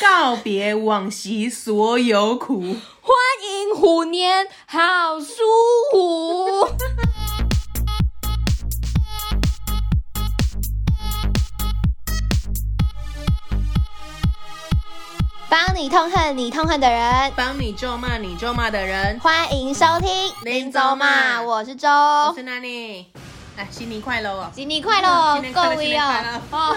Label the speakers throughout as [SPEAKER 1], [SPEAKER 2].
[SPEAKER 1] 告别往昔所有苦。
[SPEAKER 2] 欢迎虎年，好舒服。帮你痛恨你痛恨的人，
[SPEAKER 1] 帮你咒骂你咒骂的人，
[SPEAKER 2] 欢迎收听《
[SPEAKER 1] 林州骂
[SPEAKER 2] 我是周，
[SPEAKER 1] 我是 Nani。哎，新年快乐哦！
[SPEAKER 2] 新年快乐
[SPEAKER 1] 新，年快
[SPEAKER 2] 各
[SPEAKER 1] 乐
[SPEAKER 2] 位
[SPEAKER 1] 新年
[SPEAKER 2] 哦！哦，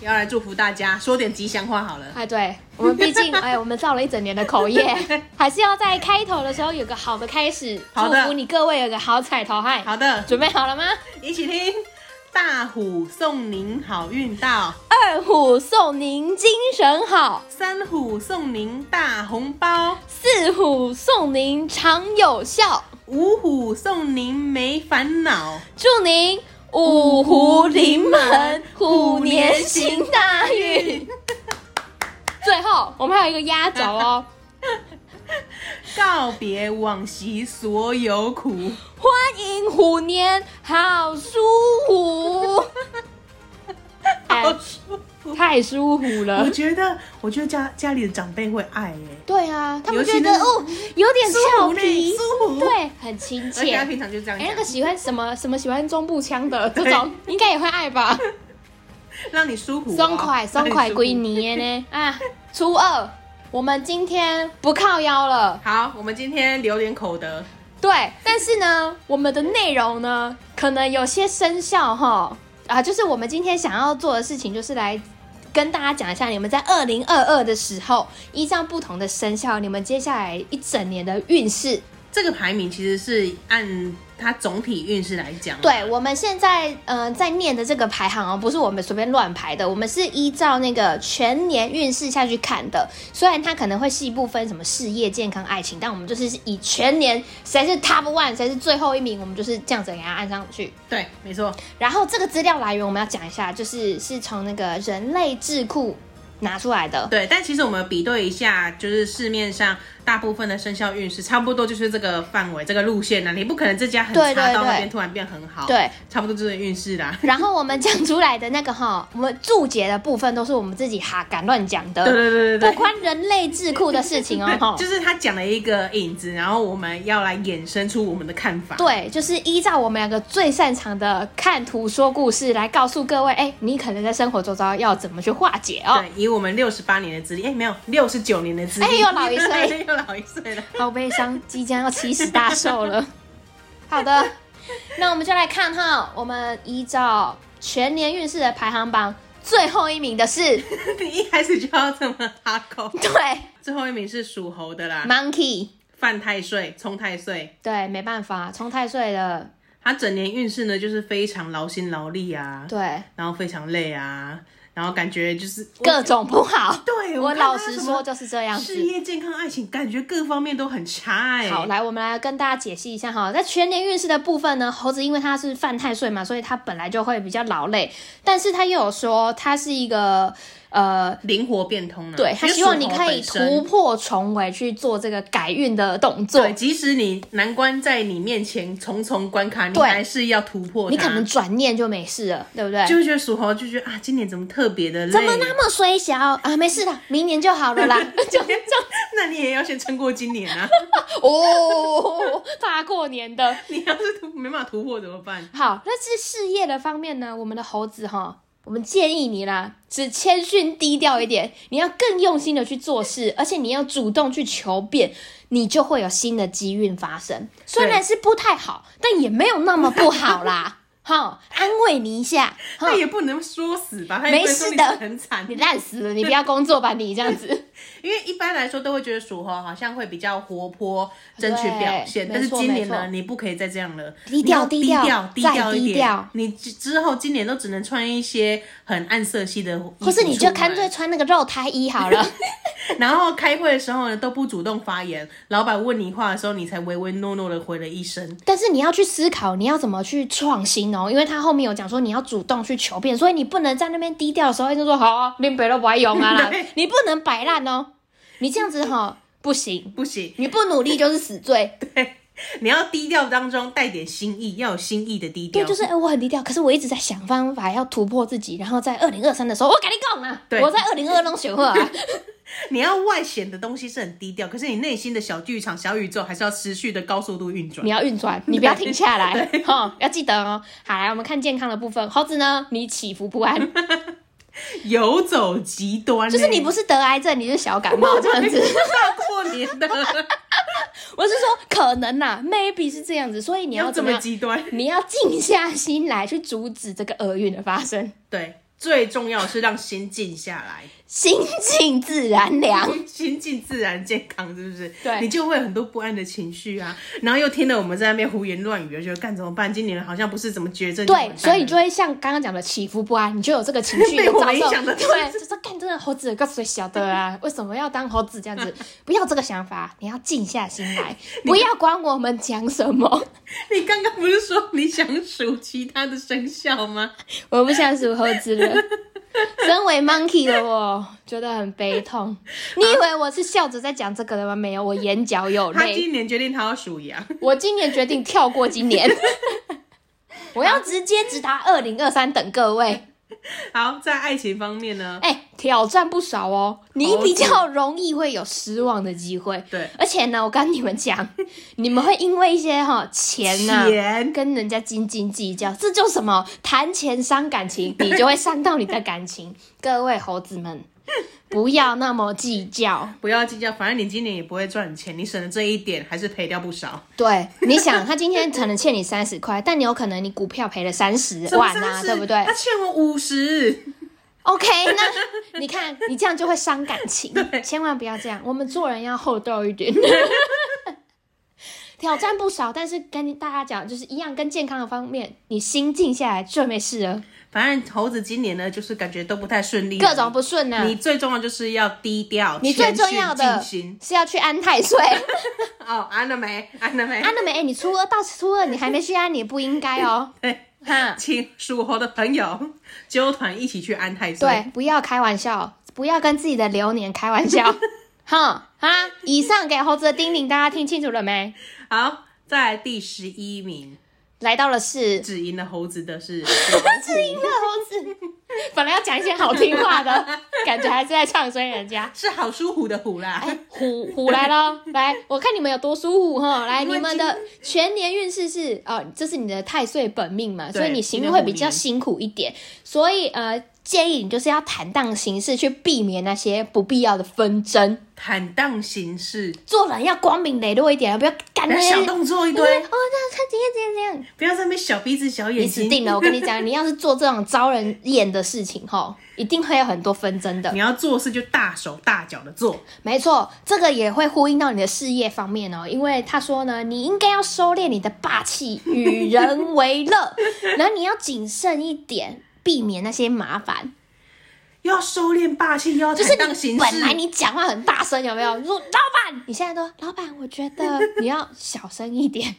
[SPEAKER 1] 要来祝福大家，说点吉祥话好了。
[SPEAKER 2] 哎，对我们 毕竟哎，我们造了一整年的口业，还是要在开头的时候有个好的开始，
[SPEAKER 1] 好
[SPEAKER 2] 祝
[SPEAKER 1] 的
[SPEAKER 2] 福你各位有个好彩头嗨！
[SPEAKER 1] 好的，
[SPEAKER 2] 准备好了吗？
[SPEAKER 1] 一起听。大虎送您好运到，
[SPEAKER 2] 二虎送您精神好，
[SPEAKER 1] 三虎送您大红包，
[SPEAKER 2] 四虎送您常有效，
[SPEAKER 1] 五虎送您没烦恼。
[SPEAKER 2] 祝您五湖临门，虎年行大运。最后，我们还有一个压 轴哦，
[SPEAKER 1] 告别往昔所有苦，
[SPEAKER 2] 欢迎虎年，好舒服，哎
[SPEAKER 1] 好舒服。
[SPEAKER 2] 太舒服了
[SPEAKER 1] 我。觉得，我觉得家家里的长辈会爱耶，
[SPEAKER 2] 对啊，他们
[SPEAKER 1] 尤其
[SPEAKER 2] 觉得
[SPEAKER 1] 那
[SPEAKER 2] 哦，有点
[SPEAKER 1] 舒
[SPEAKER 2] 俏
[SPEAKER 1] 服嘞，
[SPEAKER 2] 皮，
[SPEAKER 1] 舒服。，
[SPEAKER 2] 对，很亲
[SPEAKER 1] 而且
[SPEAKER 2] 切。
[SPEAKER 1] 他平常就这样
[SPEAKER 2] 哎、那
[SPEAKER 1] 讲
[SPEAKER 2] 个，喜欢什么什么喜欢中步枪的这种，应该也会爱吧？
[SPEAKER 1] 让你舒服哦，
[SPEAKER 2] 松快松快归
[SPEAKER 1] 让你舒
[SPEAKER 2] 你呢啊！初二，我们今天不靠腰了，
[SPEAKER 1] 服。好，我们今天留点口德，
[SPEAKER 2] 对，但是呢，我们的内容呢，可能有些生效哈啊，就是我们今天想要做的事情，就是来。跟大家讲一下，你们在二零二二的时候，依照不同的生肖，你们接下来一整年的运势
[SPEAKER 1] 这个排名其实是按它总体运势来讲，，
[SPEAKER 2] 对，我们现在呃在念的这个排行哦，不是我们随便乱排的，我们是依照那个全年运势下去看的。虽然它可能会细部分什么事业、健康、爱情，但我们就是以全年谁是 top one，谁是最后一名，我们就是这样子给它按上去。
[SPEAKER 1] 对，没错，
[SPEAKER 2] 然后这个资料来源我们要讲一下，就是是从那个人类智库拿出来的。
[SPEAKER 1] 对。但其实我们比对一下，就是市面上大部分的生肖运势，差不多就是这个范围、这个路线啊，你不可能这家很
[SPEAKER 2] 对
[SPEAKER 1] 差
[SPEAKER 2] 对
[SPEAKER 1] 到那
[SPEAKER 2] 对
[SPEAKER 1] 边突然变很好，，
[SPEAKER 2] 对，
[SPEAKER 1] 差不多就是运势啦。
[SPEAKER 2] 然后我们讲出来的那个哈，我们注解的部分都是我们自己哈敢乱讲的，
[SPEAKER 1] 对对对对对
[SPEAKER 2] 不。关人类智库的事情哦，哈
[SPEAKER 1] 对，就是他讲了一个影子，然后我们要来衍生出我们的看法。
[SPEAKER 2] 对，就是依照我们两个最擅长的看图说故事来告诉各位，哎，你可能在生活周遭要怎么去化解哦。
[SPEAKER 1] 对，以我们六十八年的资历，哎，没有六十九年的资历，
[SPEAKER 2] 哎又老一 岁
[SPEAKER 1] 又老一岁了。
[SPEAKER 2] 好悲伤，即将要七十大 寿了。好的，那我们就来看哈，我们依照全年运势的排行榜，最后一名的 是
[SPEAKER 1] 你一开始就要这么哈口。
[SPEAKER 2] 对
[SPEAKER 1] 最后一名是属猴的啦，
[SPEAKER 2] Monkey，
[SPEAKER 1] 犯太岁、冲太岁，
[SPEAKER 2] 对，没办法，冲太岁了，
[SPEAKER 1] 他整年运势呢就是非常劳心劳力啊，
[SPEAKER 2] 对，
[SPEAKER 1] 然后非常累啊，然后感觉就是
[SPEAKER 2] 各种不好。
[SPEAKER 1] 对
[SPEAKER 2] 我
[SPEAKER 1] 看他
[SPEAKER 2] 老实
[SPEAKER 1] 什么
[SPEAKER 2] 说就是这样子，
[SPEAKER 1] 事业、健康、爱情，感觉各方面都很差哎、
[SPEAKER 2] 好，来，我们来跟大家解析一下哈，在全年运势的部分呢，猴子因为它是犯太岁嘛，所以它本来就会比较劳累，但是它又有说它是一个呃，
[SPEAKER 1] 灵活变通了、啊。
[SPEAKER 2] 对，它
[SPEAKER 1] 因为
[SPEAKER 2] 希望
[SPEAKER 1] 属
[SPEAKER 2] 你
[SPEAKER 1] 猴
[SPEAKER 2] 可以
[SPEAKER 1] 本身
[SPEAKER 2] 突破重围去做这个改运的动作
[SPEAKER 1] 对，，即使你难关在你面前重重关卡，你
[SPEAKER 2] 对
[SPEAKER 1] 还是要突破它。
[SPEAKER 2] 你可能转念就没事了，对不对？
[SPEAKER 1] 就会觉得属猴就觉得啊，今年怎么特别的累？
[SPEAKER 2] 怎么那么衰小啊？没事的，明年就好了啦。 就这样
[SPEAKER 1] 那你也要先撑过今年啊！
[SPEAKER 2] 哦，大过年的，
[SPEAKER 1] 你要是突没办法突破怎么办？
[SPEAKER 2] 好，那是事业的方面呢，我们的猴子哈，我们建议你啦，只谦逊低调一点，你要更用心的去做事，而且你要主动去求变，你就会有新的机运发生。虽然是不太好，但也没有那么不好啦。 哈，安慰你一下，哈
[SPEAKER 1] 那，也不能说死吧，他也
[SPEAKER 2] 没
[SPEAKER 1] 不能说
[SPEAKER 2] 事
[SPEAKER 1] 你
[SPEAKER 2] 的
[SPEAKER 1] 很惨
[SPEAKER 2] 你，烂死了，你不要工作吧，你这样子。
[SPEAKER 1] 因为一般来说都会觉得属猴好像会比较活泼，争取表现，
[SPEAKER 2] 对
[SPEAKER 1] 但是
[SPEAKER 2] 没错
[SPEAKER 1] 今年
[SPEAKER 2] 没
[SPEAKER 1] 呢，
[SPEAKER 2] 错
[SPEAKER 1] 你不可以再这样了，
[SPEAKER 2] 低调
[SPEAKER 1] 你
[SPEAKER 2] 低
[SPEAKER 1] 要
[SPEAKER 2] 调
[SPEAKER 1] 低调，低
[SPEAKER 2] 再
[SPEAKER 1] 调一
[SPEAKER 2] 低
[SPEAKER 1] 点
[SPEAKER 2] 调。
[SPEAKER 1] 你之之后今年都只能穿一些很暗色系的衣服出门，
[SPEAKER 2] 或是你就干脆穿那个肉胎衣好了。
[SPEAKER 1] 然后开会的时候呢，都不主动发言，老板问你话的时候，你才唯唯诺诺的回了一声。
[SPEAKER 2] 但是你要去思考，你要怎么去创新哦，因为他后面有讲说你要主动去求变，所以你不能在那边低调的时候一直说好啊，连北都不爱用 啊啦
[SPEAKER 1] 对，
[SPEAKER 2] 你不能摆烂哦，你这样子哈、不行，
[SPEAKER 1] 不行，
[SPEAKER 2] 你不努力就是死罪。
[SPEAKER 1] 对，你要低调当中带点新意，要有新意的低调。
[SPEAKER 2] 对，就是哎、我很低调，可是我一直在想方法要突破自己，然后在二零二三的时候，我跟你讲啊，
[SPEAKER 1] 对
[SPEAKER 2] 我在二零二弄学会 啊，
[SPEAKER 1] 你要外显的东西是很低调，可是你内心的小剧场、小宇宙还是要持续的高速度运转
[SPEAKER 2] 你。要运 转，你不要停下来，哈、要记得哦。好，来我们看健康的部分，猴子呢，你起伏不安，
[SPEAKER 1] 游走极端欸、
[SPEAKER 2] 就是 你不是得癌症，你是小感冒这样子。
[SPEAKER 1] 大过年的
[SPEAKER 2] 我是说，可能呐、m a y b e 是这样子，所以你
[SPEAKER 1] 要这
[SPEAKER 2] 怎么
[SPEAKER 1] 么
[SPEAKER 2] 样？
[SPEAKER 1] 极端？
[SPEAKER 2] 你要静下心来去阻止这个厄运的发生，
[SPEAKER 1] 对，最重要的是让心静下来，
[SPEAKER 2] 心静自 然凉。
[SPEAKER 1] 心静自然健康，是不是？
[SPEAKER 2] 对
[SPEAKER 1] 你就会有很多不安的情绪啊，然后又听了我们在那边胡言乱语，就觉得干怎么办？今年好像不是怎么绝症，
[SPEAKER 2] 对，所以就
[SPEAKER 1] 会
[SPEAKER 2] 会像刚刚讲的起伏不安，你就有这个情 绪
[SPEAKER 1] 被我
[SPEAKER 2] 遭
[SPEAKER 1] 影
[SPEAKER 2] 受
[SPEAKER 1] 响的
[SPEAKER 2] 对，就说干真的猴子有个谁晓得啊？为什么要当猴子这 样子？不要这个想法，你要静下心来，不要管我们讲什么。
[SPEAKER 1] 你刚刚不是说你想数其他的生肖吗？
[SPEAKER 2] 我不想属猴子了。身为 monkey 的我，觉得很悲痛。你以为我是笑着在讲这个的吗？没有，我眼角有
[SPEAKER 1] 他
[SPEAKER 2] 泪。
[SPEAKER 1] 今年决定他要属羊，
[SPEAKER 2] 我今年决定跳过今年，我要直接直达二零二三等各位。
[SPEAKER 1] 好，在爱情方面呢？
[SPEAKER 2] 哎、挑战不少哦，你
[SPEAKER 1] 好
[SPEAKER 2] 比较容易会有失望的机会。
[SPEAKER 1] 对，
[SPEAKER 2] 而且呢，我跟你们讲， 你们会因为一些哈、钱呐、
[SPEAKER 1] 钱
[SPEAKER 2] 跟人家斤斤计较，这就什么谈钱伤 感情，你就会伤到你的感情。 各位猴子们，不要那么计较。
[SPEAKER 1] 不要计较，反正你今年也不会赚钱，你省了这一点还是赔掉不少。
[SPEAKER 2] 对，你想他今天可能欠你三十块，但你有可能你股票赔了三十
[SPEAKER 1] 什么
[SPEAKER 2] 万啊，
[SPEAKER 1] 30
[SPEAKER 2] 对不对
[SPEAKER 1] 他欠我五十，
[SPEAKER 2] ？OK，那你看你这样就会伤感 情，千万不要这样。我们做人要厚道一点。 挑战不少，但是跟大家讲，就是一样跟健康的方面，你心静下来就没事了，
[SPEAKER 1] 反正猴子今年呢，就是感觉都不太顺利，
[SPEAKER 2] 各种不顺啊
[SPEAKER 1] 你。最重要就是要低调，
[SPEAKER 2] 你最重要的
[SPEAKER 1] 谦逊静心
[SPEAKER 2] 是要去安太岁，
[SPEAKER 1] 哦，安了没？安了没？
[SPEAKER 2] 安了没？哎，你初二到初二你还没去安，你不应 该哦。
[SPEAKER 1] 对，
[SPEAKER 2] 哈，
[SPEAKER 1] 请属猴的朋友纠团一起去安太岁。
[SPEAKER 2] 对，不要开玩笑，不要跟自己的流年开玩笑。 哼哈，以上给猴子的叮咛，大家听清楚了没？
[SPEAKER 1] 好，再来第十一名，
[SPEAKER 2] 来到了是
[SPEAKER 1] 只赢了猴子的是
[SPEAKER 2] 是赢了猴子，本来要讲一些好听话的，感觉还是在唱衰 人家。
[SPEAKER 1] 是好舒服的虎啦。
[SPEAKER 2] 哎，虎虎来了，来，我看你们有多舒服 哈！来，
[SPEAKER 1] 因为
[SPEAKER 2] 你们的全年运势是哦，这是你的太岁本命嘛，
[SPEAKER 1] 对
[SPEAKER 2] 所以你行运会比较辛苦一点，所以呃，建议你就是要坦荡行事，去避免那些不必要的纷争。
[SPEAKER 1] 坦荡行事，
[SPEAKER 2] 做人要光明磊落一点，不要干
[SPEAKER 1] 不
[SPEAKER 2] 那
[SPEAKER 1] 要
[SPEAKER 2] 些
[SPEAKER 1] 小动作一
[SPEAKER 2] 对
[SPEAKER 1] 堆
[SPEAKER 2] 哦，，那他今天今天这样，
[SPEAKER 1] 不要在那边小鼻子小
[SPEAKER 2] 你
[SPEAKER 1] 眼
[SPEAKER 2] 死
[SPEAKER 1] 睛。
[SPEAKER 2] 定了！我跟你讲，你要是做这种招人厌的事情，吼，一定会有很多纷争的
[SPEAKER 1] 你。要做事就大手大脚的做，
[SPEAKER 2] 没错，这个也会呼应到你的事业方面哦，因为他说呢，你应该要收敛你的霸气，与人为乐，然后你要谨慎一点，避免那些麻烦。
[SPEAKER 1] 又要收敛霸气，又要
[SPEAKER 2] 就是
[SPEAKER 1] 坦荡
[SPEAKER 2] 你
[SPEAKER 1] 行
[SPEAKER 2] 本
[SPEAKER 1] 事
[SPEAKER 2] 来。你讲话很大声，有没有？你说老板，你现在都老板，我觉得你要小声一点，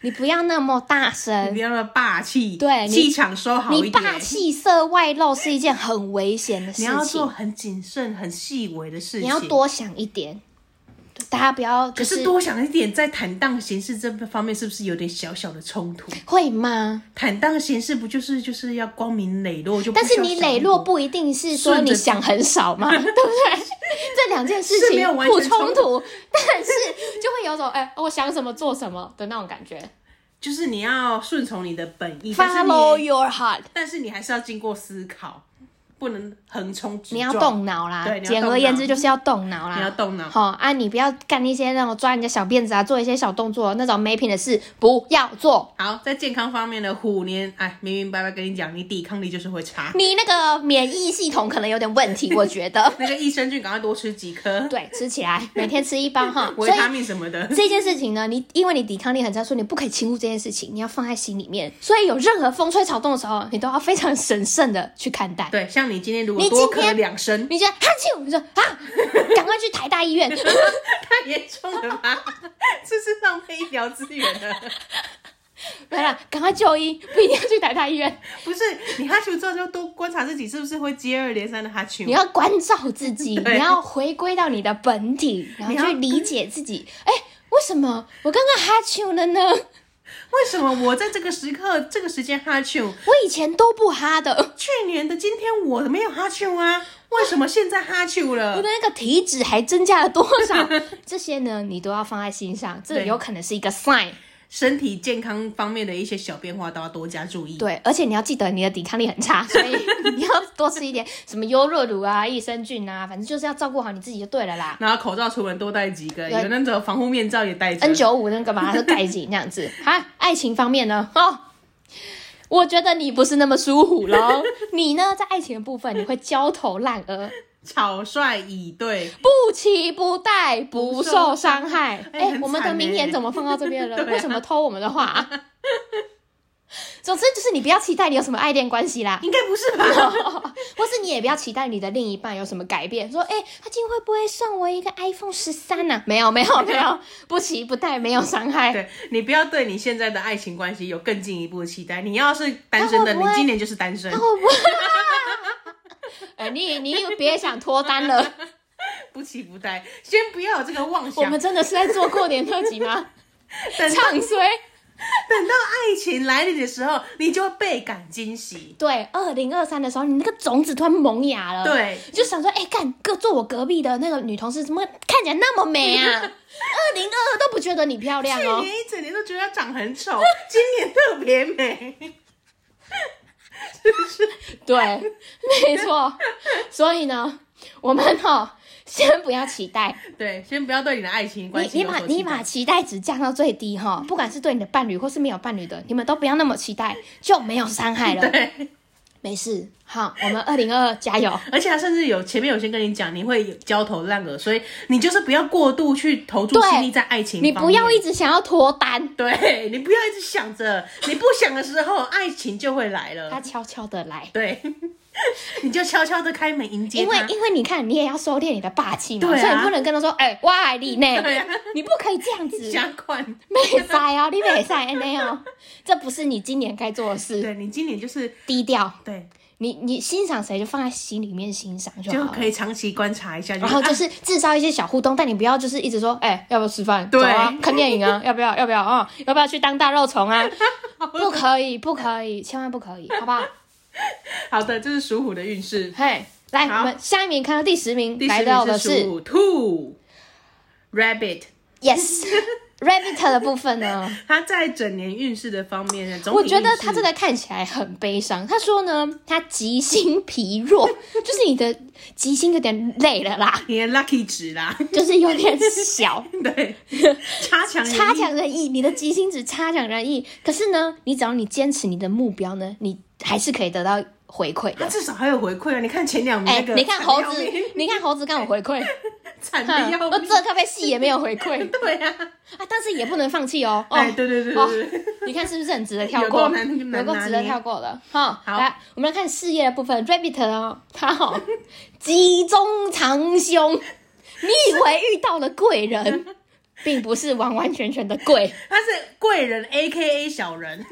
[SPEAKER 2] 你不要那么大声
[SPEAKER 1] 你。要那么霸气，
[SPEAKER 2] 对你
[SPEAKER 1] 气场收好一
[SPEAKER 2] 你
[SPEAKER 1] 点。
[SPEAKER 2] 霸气色外露是一件很危险的事
[SPEAKER 1] 你
[SPEAKER 2] 情，
[SPEAKER 1] 要做很谨慎、很细微的事情。
[SPEAKER 2] 你要，多想一点，大家不要
[SPEAKER 1] 可
[SPEAKER 2] 就是
[SPEAKER 1] 多想一点，在坦荡行事这方面是不是有点小小的冲突？
[SPEAKER 2] 会吗？
[SPEAKER 1] 坦荡行事不就是就是要光明磊落就不
[SPEAKER 2] 但
[SPEAKER 1] 需
[SPEAKER 2] 是
[SPEAKER 1] 要想很多？
[SPEAKER 2] 你磊落不一定是说
[SPEAKER 1] 顺着
[SPEAKER 2] 你想很 少嘛，对不对？这两件事
[SPEAKER 1] 是没
[SPEAKER 2] 情
[SPEAKER 1] 有完
[SPEAKER 2] 不
[SPEAKER 1] 全
[SPEAKER 2] 冲
[SPEAKER 1] 冲突
[SPEAKER 2] 突，但是就会有种哎、我想什么做什么的那种感觉。
[SPEAKER 1] 就是你要顺从你的本意，但是
[SPEAKER 2] Follow
[SPEAKER 1] 你
[SPEAKER 2] your heart，
[SPEAKER 1] 但是你还是要经过思考，不能横冲直撞。
[SPEAKER 2] 你要，动脑啦
[SPEAKER 1] 对。你要
[SPEAKER 2] 简而
[SPEAKER 1] 动
[SPEAKER 2] 言
[SPEAKER 1] 脑
[SPEAKER 2] 之，就是要动脑啦。
[SPEAKER 1] 你要动脑。
[SPEAKER 2] 好、啊，你不要干一些那种抓人家小辫子啊，做一些小动作那种没品的事，不要做。
[SPEAKER 1] 好，在健康方面呢，虎年哎，明明白白跟你讲，你抵抗力就是会 差。
[SPEAKER 2] 你那个免疫系统可能有点问题，我觉得。
[SPEAKER 1] 那个益生菌，赶快多吃几颗，
[SPEAKER 2] 对，吃 起来，每天吃一包哈。所
[SPEAKER 1] 维
[SPEAKER 2] 以
[SPEAKER 1] 他命什么的。
[SPEAKER 2] 这件事情呢，你因为你抵抗力很差，所以你不可以轻忽这件事情，你要放在心里面。所以有任何风吹草动的时候，你都要非常审慎的去看待。
[SPEAKER 1] 对，像你今天如果
[SPEAKER 2] 你
[SPEAKER 1] 多
[SPEAKER 2] 今天
[SPEAKER 1] 咳两 声，
[SPEAKER 2] 你觉得哈啾，你说啊，赶快去台 大医院。
[SPEAKER 1] 太严重了吧？ 这是浪费医疗资源了。
[SPEAKER 2] 没了，赶快就医，不一定要去台大医院。
[SPEAKER 1] 不是，你哈球之后就多观察自己是不是会接二连三的哈球
[SPEAKER 2] 你。要关照自己，
[SPEAKER 1] 对
[SPEAKER 2] 你要回归到你的本体，然
[SPEAKER 1] 你要
[SPEAKER 2] 后去理解自己。哎、为什么我刚刚哈啾了呢？
[SPEAKER 1] 为什么我在这个时刻、这个时间哈啾？
[SPEAKER 2] 我以前都不哈的，
[SPEAKER 1] 去年的今天我没有哈啾啊，为什么现在哈啾
[SPEAKER 2] 我
[SPEAKER 1] 了
[SPEAKER 2] 的？那个体脂还增加了多少？这些呢，你都要放在心上，这
[SPEAKER 1] 对
[SPEAKER 2] 有可能是一个 sign。
[SPEAKER 1] 身体健康方面的一些小变化都要多加注意。
[SPEAKER 2] 对，而且你要记得你的抵抗力很差，所以你要多吃一点什么优酪乳啊、益生菌啊，反正就是要照顾好你自己就对了啦。
[SPEAKER 1] 然后口罩出门多戴几个，
[SPEAKER 2] 对
[SPEAKER 1] 有那种防护面罩也戴着。
[SPEAKER 2] N 九五那个把它都盖紧这样子。哈，爱情方面呢？哦，我觉得你不是那么舒服喽。你呢，在爱情的部分，你会焦头烂额，
[SPEAKER 1] 草率以 对，
[SPEAKER 2] 不期不待，不受伤害。
[SPEAKER 1] 哎
[SPEAKER 2] 哎、
[SPEAKER 1] 很
[SPEAKER 2] 我们的
[SPEAKER 1] 惨
[SPEAKER 2] 名
[SPEAKER 1] 欸
[SPEAKER 2] 言怎么放到这边 了？
[SPEAKER 1] 对啊
[SPEAKER 2] 为什么偷我们的话、 总之就是你不要期待你有什么爱恋关系啦，
[SPEAKER 1] 应该不是吧？
[SPEAKER 2] 或是你也不要期待你的另一半有什么改变。说，哎、他今天会不会送我一个 iPhone 十三呢？没有，没有，没有， 不期不待，没有伤 害。
[SPEAKER 1] 对你不要对你现在的爱情关系有更进一步的期待。你要是单身的，你
[SPEAKER 2] 他会不会
[SPEAKER 1] 今年就是单身
[SPEAKER 2] 然， 后我，哎、你你又别想脱单了，
[SPEAKER 1] 不期不待，先不要有这个妄
[SPEAKER 2] 我
[SPEAKER 1] 想
[SPEAKER 2] 们。真的是在做过年特辑 吗？
[SPEAKER 1] 等到
[SPEAKER 2] 唱衰。
[SPEAKER 1] 等到爱情来临的时候，你就会倍感惊喜。
[SPEAKER 2] 对，二零二三的时候，你那个种子突然萌芽了。。
[SPEAKER 1] 对，
[SPEAKER 2] 就想说，哎、干，哥坐我隔壁的那个女同事怎么看起来那么美啊？ 二零二二都不觉得你漂亮
[SPEAKER 1] 去
[SPEAKER 2] 哦
[SPEAKER 1] 年。一整年都觉得她长很丑，今年特别美。
[SPEAKER 2] 对，没错。所以呢，我们哦，先不要期待，
[SPEAKER 1] 对，先不要对你的爱情关
[SPEAKER 2] 你
[SPEAKER 1] 系
[SPEAKER 2] 你
[SPEAKER 1] 有所
[SPEAKER 2] 把
[SPEAKER 1] 期待
[SPEAKER 2] 你把期待值降到最低哈、不管是对你的伴侣或是没有伴侣的，你们都不要那么期待，就没有伤害了。
[SPEAKER 1] 对，
[SPEAKER 2] 没事，好，我们二零二二加油。
[SPEAKER 1] 而且他甚至有前面有先跟你讲，你会有焦头烂额，所以你就是不要过度去投注
[SPEAKER 2] 对
[SPEAKER 1] 心力在爱情方
[SPEAKER 2] 你
[SPEAKER 1] 面，
[SPEAKER 2] 不要一直想要脱单，
[SPEAKER 1] 对你不要一直想着，你不想的时候，爱情就会来
[SPEAKER 2] 他
[SPEAKER 1] 了。
[SPEAKER 2] 悄悄的来，
[SPEAKER 1] 对， 你就悄悄的开门迎接
[SPEAKER 2] 因为
[SPEAKER 1] 他。
[SPEAKER 2] 因为你看，你也要收敛你的霸气嘛，
[SPEAKER 1] 对啊
[SPEAKER 2] 所以你不能跟他说，哎、我爱你呢，
[SPEAKER 1] 对啊，
[SPEAKER 2] 你不可以这样 子，
[SPEAKER 1] 加 款。
[SPEAKER 2] 没塞哦，你没塞那样 哦，这不是你今年该做的事，
[SPEAKER 1] 对你今年就是
[SPEAKER 2] 低调，
[SPEAKER 1] 对，
[SPEAKER 2] 你你欣赏谁就放在心里面欣赏就
[SPEAKER 1] 就
[SPEAKER 2] 好了。
[SPEAKER 1] 可以长期观察一下，
[SPEAKER 2] 然后
[SPEAKER 1] 啊
[SPEAKER 2] 就是制造一些小互动，但你不要就是一直说，哎、要不要吃饭？
[SPEAKER 1] 对
[SPEAKER 2] 走啊，看电影啊， 要不要？要不要啊、要不要去当大肉虫 啊？不可以，不可以，千万不可以，好不好？
[SPEAKER 1] 好的，这是属虎的运势。
[SPEAKER 2] 嘿，来，
[SPEAKER 1] 好
[SPEAKER 2] 我们下一名看到第十名
[SPEAKER 1] 第
[SPEAKER 2] 来
[SPEAKER 1] 十
[SPEAKER 2] 到的哦
[SPEAKER 1] 名
[SPEAKER 2] 是
[SPEAKER 1] 属虎兔，Rabbit。
[SPEAKER 2] yes rabbit 的部分呢，
[SPEAKER 1] 它在整年运势的方面呢，总体
[SPEAKER 2] 我觉得
[SPEAKER 1] 运势
[SPEAKER 2] 他这个看起来很悲伤。他说呢，他吉星疲弱， 就是你的吉星有点累了啦，
[SPEAKER 1] 你的 lucky 值啦，
[SPEAKER 2] 就是有点 小。
[SPEAKER 1] 对，差强人意
[SPEAKER 2] 差强人意，你的吉星值差强人意。可是呢，你只要你坚持你的目标呢，你还是可以得到回馈
[SPEAKER 1] 它
[SPEAKER 2] 的。
[SPEAKER 1] 至少还有回馈啊！你看前两名
[SPEAKER 2] 哎、
[SPEAKER 1] 那个，
[SPEAKER 2] 你看猴
[SPEAKER 1] 惨
[SPEAKER 2] 子
[SPEAKER 1] 得要命，
[SPEAKER 2] 你看猴子跟我回 馈，
[SPEAKER 1] 惨的
[SPEAKER 2] 哼
[SPEAKER 1] 要
[SPEAKER 2] 我
[SPEAKER 1] 命，
[SPEAKER 2] 这咖啡戏也没有回馈
[SPEAKER 1] 对啊，
[SPEAKER 2] 啊，但是也不能放弃哦。哦，
[SPEAKER 1] 哎，对对对对对，
[SPEAKER 2] 你看是不是很值得跳
[SPEAKER 1] 有
[SPEAKER 2] 过？
[SPEAKER 1] 够难难
[SPEAKER 2] 有够值
[SPEAKER 1] 拿
[SPEAKER 2] 得
[SPEAKER 1] 捏
[SPEAKER 2] 跳过的哈。
[SPEAKER 1] 好
[SPEAKER 2] 来，我们来看事业的部分，Rabbit 呢，他哈、急中 藏凶，你以为遇到了贵人，并不是完完全全的贵，
[SPEAKER 1] 他是贵人 A K A 小 人，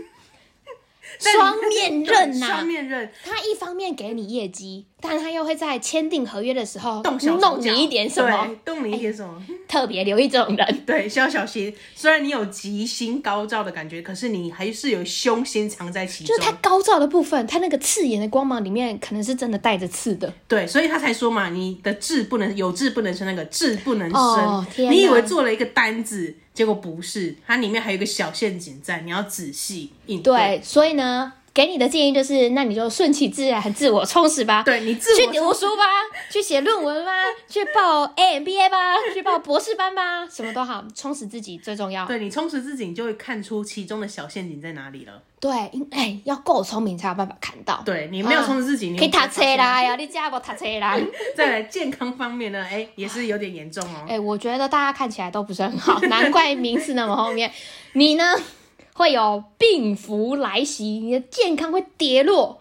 [SPEAKER 1] 但你
[SPEAKER 2] 双面刃
[SPEAKER 1] 对
[SPEAKER 2] 呐、
[SPEAKER 1] 双面刃，
[SPEAKER 2] 他一方面给你业绩，但他又会在签订合约的时候
[SPEAKER 1] 动小手
[SPEAKER 2] 弄
[SPEAKER 1] 脚
[SPEAKER 2] 你一点什么哎
[SPEAKER 1] 对，动你一点什么，
[SPEAKER 2] 特别留意这种人。
[SPEAKER 1] 对，需要小心。虽然你有吉星高照的感觉，可是你还是有凶心藏在其
[SPEAKER 2] 就
[SPEAKER 1] 中
[SPEAKER 2] 是，他高照的部分，他那个刺眼的光芒里面，可能是真的带着刺的。
[SPEAKER 1] 对，所以他才说嘛，你的志不能有志不能伸，那个志不能伸。
[SPEAKER 2] 哦天哪
[SPEAKER 1] 你以为做了一个单子，结果不是，它里面还有一个小陷阱在，你要仔细应对。
[SPEAKER 2] 对，所以呢，给你的建议就是，那你就顺其自然，自我充实吧。
[SPEAKER 1] 对，你自
[SPEAKER 2] 去
[SPEAKER 1] 我
[SPEAKER 2] 读书吧，去写论文 吧，去报 AMBA 吧，去报博士班吧，什么都好，充实自己最重要。
[SPEAKER 1] 对你充实自己，你就会看出其中的小陷阱在哪里了。
[SPEAKER 2] 对，因哎，要够聪明才有办法看到。
[SPEAKER 1] 对你没有
[SPEAKER 2] 啊
[SPEAKER 1] 充实自己，你
[SPEAKER 2] 可以
[SPEAKER 1] 无法发
[SPEAKER 2] 读
[SPEAKER 1] 现
[SPEAKER 2] 册。啦，哎呀，你家无读册 啦。
[SPEAKER 1] 再来健康方面呢，哎，也是有点严重哦。
[SPEAKER 2] 哎、我觉得大家看起来都不是很好，难怪名次那么后面。你呢，会有病福来袭，你的健康会跌落。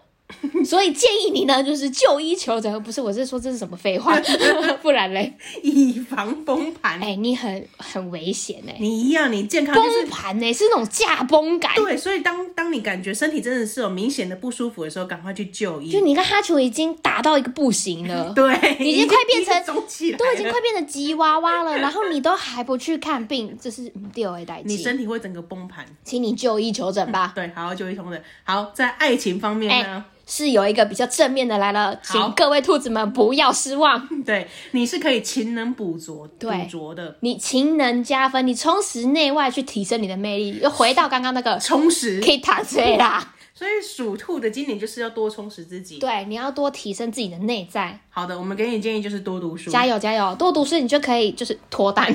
[SPEAKER 2] 所以建议你呢，就是就医求诊，不是我是说这是什么废话， 不然嘞，
[SPEAKER 1] 以防崩盘。
[SPEAKER 2] 哎、你很很危险哎、
[SPEAKER 1] 你一样，你健康啊就是
[SPEAKER 2] 崩盘呢、是那种驾崩感。
[SPEAKER 1] 对，所以当当你感觉身体真的是有明显的不舒服的时候，赶快去就医。
[SPEAKER 2] 就你跟哈球已经打到一个不行了，
[SPEAKER 1] 对，
[SPEAKER 2] 已经快 变成
[SPEAKER 1] 已经肿起来了，
[SPEAKER 2] 都已经快变成吉娃娃了，然后你都还不去看病，这是嗯六 A 哎代
[SPEAKER 1] 你
[SPEAKER 2] 际，
[SPEAKER 1] 身体会整个崩盘。
[SPEAKER 2] 请你就医求诊吧。
[SPEAKER 1] 对，好，就一通的。好，在爱情方面呢，
[SPEAKER 2] 哎是有一个比较正面的来了，请各位兔子们不要失望，
[SPEAKER 1] 对，你是可以勤能补拙，补
[SPEAKER 2] 对
[SPEAKER 1] 拙的，
[SPEAKER 2] 你勤能加分，你充实内外去提升你的魅力，又回到刚刚那 个
[SPEAKER 1] 充实
[SPEAKER 2] 可。以躺睡啦。
[SPEAKER 1] 所以属兔的今年就是要多充实自己。
[SPEAKER 2] 对，你要多提升自己的内在，
[SPEAKER 1] 好的，我们给你建议就是多读书。
[SPEAKER 2] 加油加油，多读书，你就可以就是 脱单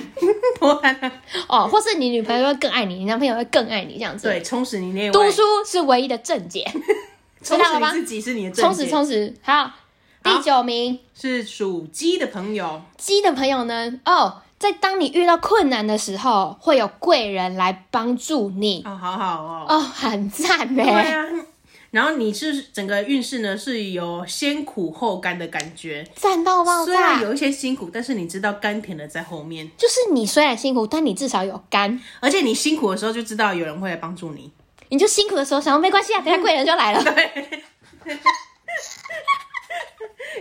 [SPEAKER 1] 多看
[SPEAKER 2] 哦，或是你女朋友会更爱你，你男朋友会更爱你这样子。，
[SPEAKER 1] 对，充实你内外，
[SPEAKER 2] 读书是唯一的 正解，
[SPEAKER 1] 充
[SPEAKER 2] 知道
[SPEAKER 1] 实
[SPEAKER 2] 了吗
[SPEAKER 1] 你自己是你的正
[SPEAKER 2] 充实
[SPEAKER 1] 解。
[SPEAKER 2] 充实。好，第九名，
[SPEAKER 1] 是属鸡的朋友，
[SPEAKER 2] 鸡的朋友呢？哦，在当你遇到困难的时候，会有贵人来帮助你。
[SPEAKER 1] 哦，好好哦。
[SPEAKER 2] 哦，很赞呢。
[SPEAKER 1] 对啊，然后你是整个运势呢是有先苦后甘的感觉，
[SPEAKER 2] 赞到爆
[SPEAKER 1] 虽然
[SPEAKER 2] 炸！
[SPEAKER 1] 有一些辛苦，但是你知道甘甜的在后面，
[SPEAKER 2] 就是你虽然辛苦，但你至少有肝。
[SPEAKER 1] 而且你辛苦的时候就知道有人会来帮助你。
[SPEAKER 2] 你就辛苦的时候想说没 关系啊，等下贵人就来了。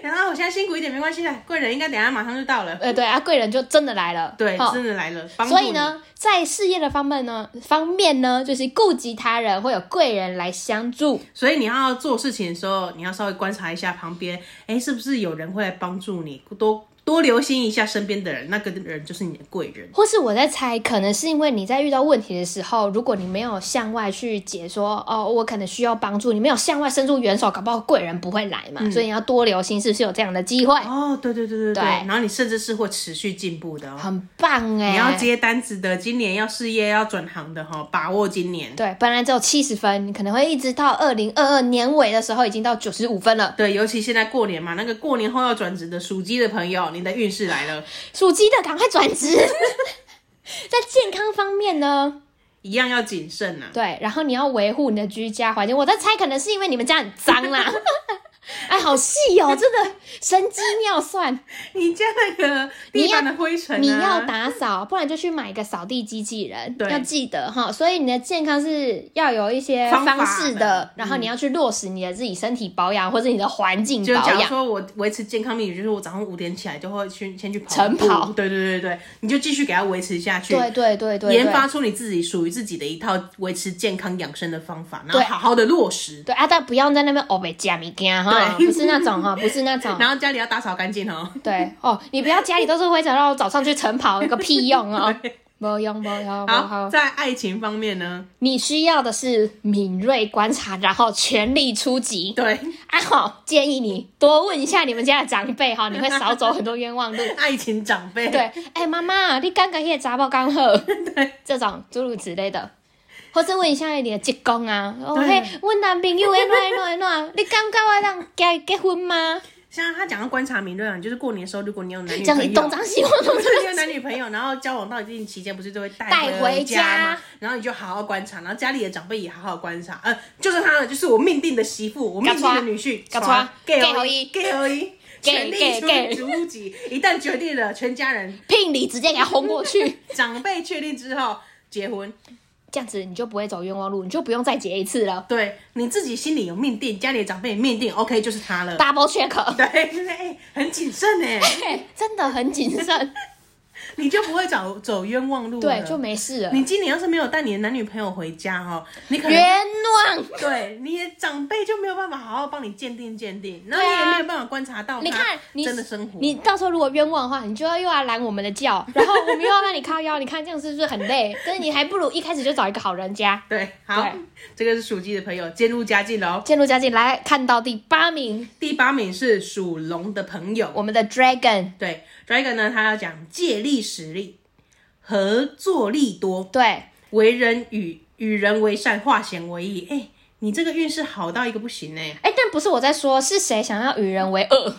[SPEAKER 1] 然哎后我现在辛苦一点没关系的，啊贵人应该等一下马上就到了。
[SPEAKER 2] 呃，对啊，贵人就真的来了。
[SPEAKER 1] 对，
[SPEAKER 2] 哦
[SPEAKER 1] 真的来了，帮助
[SPEAKER 2] 所以
[SPEAKER 1] 你，
[SPEAKER 2] 呢，在事业的方面呢，方面呢，就是顾及他人，会有贵人来相助。
[SPEAKER 1] 所以你要做事情的时候，你要稍微观察一下旁边，哎，是不是有人会来帮助你？多多留心一下身边的人，那个人就是你的贵人。
[SPEAKER 2] 或是我在猜，可能是因为你在遇到问题的时候，如果你没有向外去解说，哦，我可能需要帮助，你没有向外伸出援手，搞不好贵人不会来嘛。所以你要多留心，是不是有这样的机会？
[SPEAKER 1] 嗯哦，对对对对对，
[SPEAKER 2] 对
[SPEAKER 1] 然后你甚至是会持续进步的哦。
[SPEAKER 2] 很棒哎、
[SPEAKER 1] 你要接单子的，今年要事业要转行的哈、把握今年。
[SPEAKER 2] 对，本来只有七十分，你可能会一直到二零二二年尾的时候，已经到九十五分了。
[SPEAKER 1] 对，尤其现在过年嘛，那个过年后要转职的属鸡的朋友，你的运势来了，
[SPEAKER 2] 属鸡的赶快转职。 在健康方面呢，
[SPEAKER 1] 一样要谨慎呐、啊。
[SPEAKER 2] 对，然后你要维护你的居家环境。我在猜，可能是因为你们家很脏啦。 哎，好细哦，真的神机妙算。
[SPEAKER 1] 你家那个地板的灰尘、啊，
[SPEAKER 2] 你要打扫，不然就去买一个扫地机器人。
[SPEAKER 1] 对
[SPEAKER 2] 要记得哈，所以你的健康是要有一些
[SPEAKER 1] 方法
[SPEAKER 2] 方式
[SPEAKER 1] 的
[SPEAKER 2] 的，然后你要去落实你的自己身体保养或者你的环境
[SPEAKER 1] 就
[SPEAKER 2] 保
[SPEAKER 1] 假如
[SPEAKER 2] 养。
[SPEAKER 1] 说我维持健康秘诀，就是我早上五点起来就会去先去跑
[SPEAKER 2] 晨
[SPEAKER 1] 步
[SPEAKER 2] 跑
[SPEAKER 1] 对对对对，你就继续给它维持下去，
[SPEAKER 2] 对对对对，
[SPEAKER 1] 研
[SPEAKER 2] 对
[SPEAKER 1] 发出你自己属于自己的一套维持健康养生的方法，然后
[SPEAKER 2] 对
[SPEAKER 1] 好好的落实，
[SPEAKER 2] 对啊，但不要在那边欧北加米干哈，
[SPEAKER 1] 对
[SPEAKER 2] 不是那种哈，不是那种。
[SPEAKER 1] 然后家里要打扫干净哦。
[SPEAKER 2] 对哦，你不要家里都是灰尘，然后早上去晨跑有个屁 用哦，没用没用没
[SPEAKER 1] 好，
[SPEAKER 2] 用。
[SPEAKER 1] 在爱情方面呢，
[SPEAKER 2] 你需要的是敏锐观察，然后全力出击。
[SPEAKER 1] 对，
[SPEAKER 2] 啊好，建议你多问一下你们家的长辈哈，你会少走很多冤枉路。
[SPEAKER 1] 爱情长辈，
[SPEAKER 2] 对，哎、妈妈，你刚刚那个杂包刚好，这种诸如此类的，或是问一下你的职工啊，哦
[SPEAKER 1] 对
[SPEAKER 2] 嘿，问男朋友哎诶，哪哪哪，你感觉我让结结婚吗？
[SPEAKER 1] 像他讲到观察敏锐啊，就是过年的时候，如果你有男女
[SPEAKER 2] 这
[SPEAKER 1] 朋
[SPEAKER 2] 样
[SPEAKER 1] 友，
[SPEAKER 2] 你东张西望， 东
[SPEAKER 1] 就
[SPEAKER 2] 张
[SPEAKER 1] 是你有男女朋友，然后交往到一定期间，不是就会带
[SPEAKER 2] 带
[SPEAKER 1] 回
[SPEAKER 2] 回
[SPEAKER 1] 家
[SPEAKER 2] 家
[SPEAKER 1] 嘛？然后你就好好观察，然后家里的长辈也好好观察，呃，就是他了，就是我命定的媳妇，我命定的女婿，
[SPEAKER 2] 嘎抓
[SPEAKER 1] 给
[SPEAKER 2] 给
[SPEAKER 1] 而
[SPEAKER 2] 好
[SPEAKER 1] 已，
[SPEAKER 2] 一
[SPEAKER 1] 给而已，全力出
[SPEAKER 2] 给给
[SPEAKER 1] 出击，一旦决定了，全家人
[SPEAKER 2] 聘礼直接给他轰过去，
[SPEAKER 1] 长辈确定之后结婚，
[SPEAKER 2] 这样子你就不会走冤枉路，你就不用再结一次了。
[SPEAKER 1] 对你自己心里有命定，家里的长辈也命定，OK 就是他了。
[SPEAKER 2] Double check，
[SPEAKER 1] 对，哎很谨慎哎，
[SPEAKER 2] 嘿真的很谨慎，
[SPEAKER 1] 你就不会走走冤枉路了。
[SPEAKER 2] 对，就没事了。
[SPEAKER 1] 你今年要是没有带你的男女朋友回家哦，你可能
[SPEAKER 2] 冤枉，
[SPEAKER 1] 对你的长辈就没有办法好好帮你鉴定鉴定，然后
[SPEAKER 2] 对
[SPEAKER 1] 你也
[SPEAKER 2] 啊
[SPEAKER 1] 没有办法观察到
[SPEAKER 2] 你
[SPEAKER 1] 哦他
[SPEAKER 2] 看你
[SPEAKER 1] 真的生活。
[SPEAKER 2] 你到时候如果冤枉的话，你就要又要拦我们的 轿，然后我们又要让你靠腰，你看这样是不是很累？但是你还不如一开始就找一个好人家。
[SPEAKER 1] 对，好
[SPEAKER 2] 对，
[SPEAKER 1] 这个是属鸡的朋友渐入佳境喽。
[SPEAKER 2] 渐入佳境，来看到第八名，
[SPEAKER 1] 第八名是属龙的朋友，
[SPEAKER 2] 我们的 Dragon，
[SPEAKER 1] 对，Dragon 呢，他要讲借力使力，合作力多，
[SPEAKER 2] 对，
[SPEAKER 1] 为人与与人为善，化险为夷。哎、你这个运势好到一个不行哎、
[SPEAKER 2] 哎，但不是我在说，是谁想要与人为恶？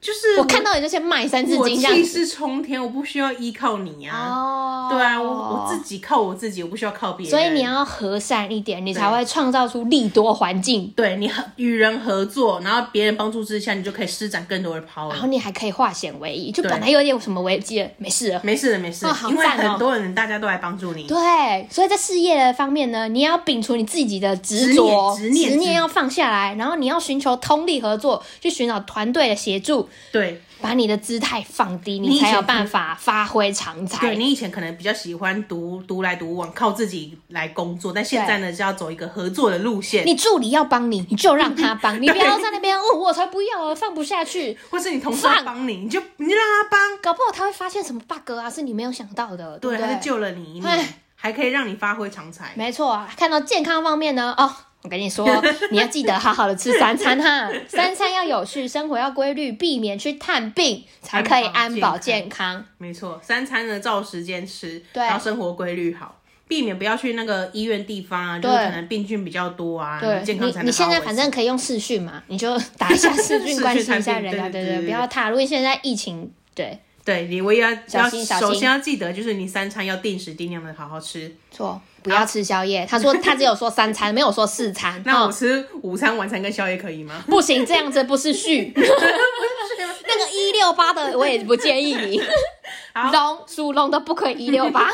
[SPEAKER 1] 就是
[SPEAKER 2] 我看到你就先卖三字
[SPEAKER 1] 我
[SPEAKER 2] 经这样
[SPEAKER 1] 气
[SPEAKER 2] 子。
[SPEAKER 1] 势冲天，我不需要依靠你啊。
[SPEAKER 2] 哦，
[SPEAKER 1] 对啊，我我自己靠我自己，我不需要靠别人。
[SPEAKER 2] 所以你要和善一点，你才会创造出利多环境，
[SPEAKER 1] 对你和与人合作，然后别人帮助之下，你就可以施展更多的 power
[SPEAKER 2] 然。后你还可以化险为夷。就
[SPEAKER 1] 对
[SPEAKER 2] 本来有点什么危机了，没事了。
[SPEAKER 1] 没事的，没事，
[SPEAKER 2] 哦好
[SPEAKER 1] 因为
[SPEAKER 2] 赞哦
[SPEAKER 1] 很多人大家都来帮助你。
[SPEAKER 2] 对，所以在事业的方面呢，你要摒除你自己的执着、
[SPEAKER 1] 执念执念
[SPEAKER 2] 要放下来，然后你要寻求通力合作，去寻找团队的协助，
[SPEAKER 1] 对，
[SPEAKER 2] 把你的姿态放低，
[SPEAKER 1] 你
[SPEAKER 2] 你
[SPEAKER 1] 以前
[SPEAKER 2] 才有办法发挥长
[SPEAKER 1] 对
[SPEAKER 2] 才。
[SPEAKER 1] 你以前可能比较喜欢独独来独往，靠自己来工作，但现在呢是要走一个合作的路线，
[SPEAKER 2] 你助理要帮你，你就让他 帮你，不要在那边哦，我才不要啊，放不下去。
[SPEAKER 1] 或是你同事要
[SPEAKER 2] 放
[SPEAKER 1] 帮你，你就你就让他帮，
[SPEAKER 2] 搞不好他会发现什么 bug 啊，是你没有想到的，对
[SPEAKER 1] 对，
[SPEAKER 2] 不
[SPEAKER 1] 他
[SPEAKER 2] 对？
[SPEAKER 1] 就救了你一命
[SPEAKER 2] 哎，
[SPEAKER 1] 还可以让你发挥长才。
[SPEAKER 2] 没错啊，看到健康方面呢，哦，我跟你说，你要记得好好的吃三餐哈，三餐要有序，生活要规律，避免去探病，才可以安保健康。
[SPEAKER 1] 没错，三餐呢照时间吃，
[SPEAKER 2] 对
[SPEAKER 1] 然后生活规律好，避免不要去那个医院地方啊，就
[SPEAKER 2] 对
[SPEAKER 1] 是可能病菌比较多啊，
[SPEAKER 2] 对
[SPEAKER 1] 健康才能
[SPEAKER 2] 你，你现在
[SPEAKER 1] 好好维
[SPEAKER 2] 反
[SPEAKER 1] 持
[SPEAKER 2] 正可以用视讯嘛，你就打一下视
[SPEAKER 1] 视
[SPEAKER 2] 讯，
[SPEAKER 1] 讯
[SPEAKER 2] 关心一下
[SPEAKER 1] 探病
[SPEAKER 2] 人家，
[SPEAKER 1] 对
[SPEAKER 2] 对
[SPEAKER 1] 对
[SPEAKER 2] 对，
[SPEAKER 1] 对
[SPEAKER 2] 不要踏入，因为现在疫情，对，
[SPEAKER 1] 对你唯一要
[SPEAKER 2] 小
[SPEAKER 1] 要
[SPEAKER 2] 心小心
[SPEAKER 1] 首先要记得就是你三餐要定时定量的好好吃。
[SPEAKER 2] 错，不要吃宵夜。他说他只有说三餐，没有说四餐，
[SPEAKER 1] 那
[SPEAKER 2] 哦
[SPEAKER 1] 我吃午餐、晚餐跟宵夜可以 吗？
[SPEAKER 2] 不行，这样子不是序。那个一六八的我也不建议你，
[SPEAKER 1] 好
[SPEAKER 2] 龙属龙的不可以一六八。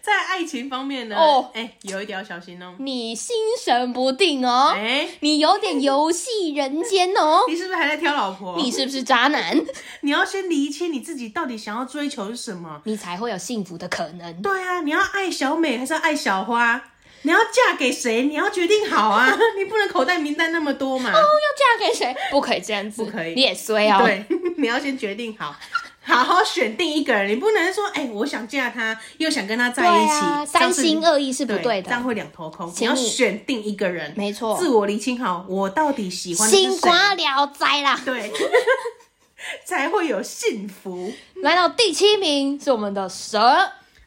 [SPEAKER 1] 在爱情方面呢，
[SPEAKER 2] 哦
[SPEAKER 1] 哎、有一点要小心哦。
[SPEAKER 2] 你心神不定哦，
[SPEAKER 1] 哎、
[SPEAKER 2] 你有点游戏人间哦，
[SPEAKER 1] 你是不是还在挑老婆？
[SPEAKER 2] 你是不是 渣男？
[SPEAKER 1] 你要先厘清你自己到底想要追求是什么。
[SPEAKER 2] 你才会有幸福的可能。
[SPEAKER 1] 对啊，你要爱小美还是要爱小花？你要嫁给谁？你要决定好 啊，你不能口袋名单那么多嘛。
[SPEAKER 2] 哦要嫁给谁？不可以这样子，
[SPEAKER 1] 不可以
[SPEAKER 2] 你也衰哦。
[SPEAKER 1] 对， 你要先决定好，好好选定一个人，你不能说，哎、我想嫁他，又想跟他在一
[SPEAKER 2] 对
[SPEAKER 1] 起，
[SPEAKER 2] 啊，
[SPEAKER 1] 这样
[SPEAKER 2] 三
[SPEAKER 1] 是
[SPEAKER 2] 心二意是不对
[SPEAKER 1] 这样
[SPEAKER 2] 的，
[SPEAKER 1] 会两头空。你
[SPEAKER 2] 请
[SPEAKER 1] 要
[SPEAKER 2] 你
[SPEAKER 1] 选定一个人，
[SPEAKER 2] 没错
[SPEAKER 1] 自我厘清好，我到底喜欢的是
[SPEAKER 2] 心
[SPEAKER 1] 谁，
[SPEAKER 2] 瓜聊斋啦。
[SPEAKER 1] 对， 才会有幸福。
[SPEAKER 2] 来到第七名是我们的蛇，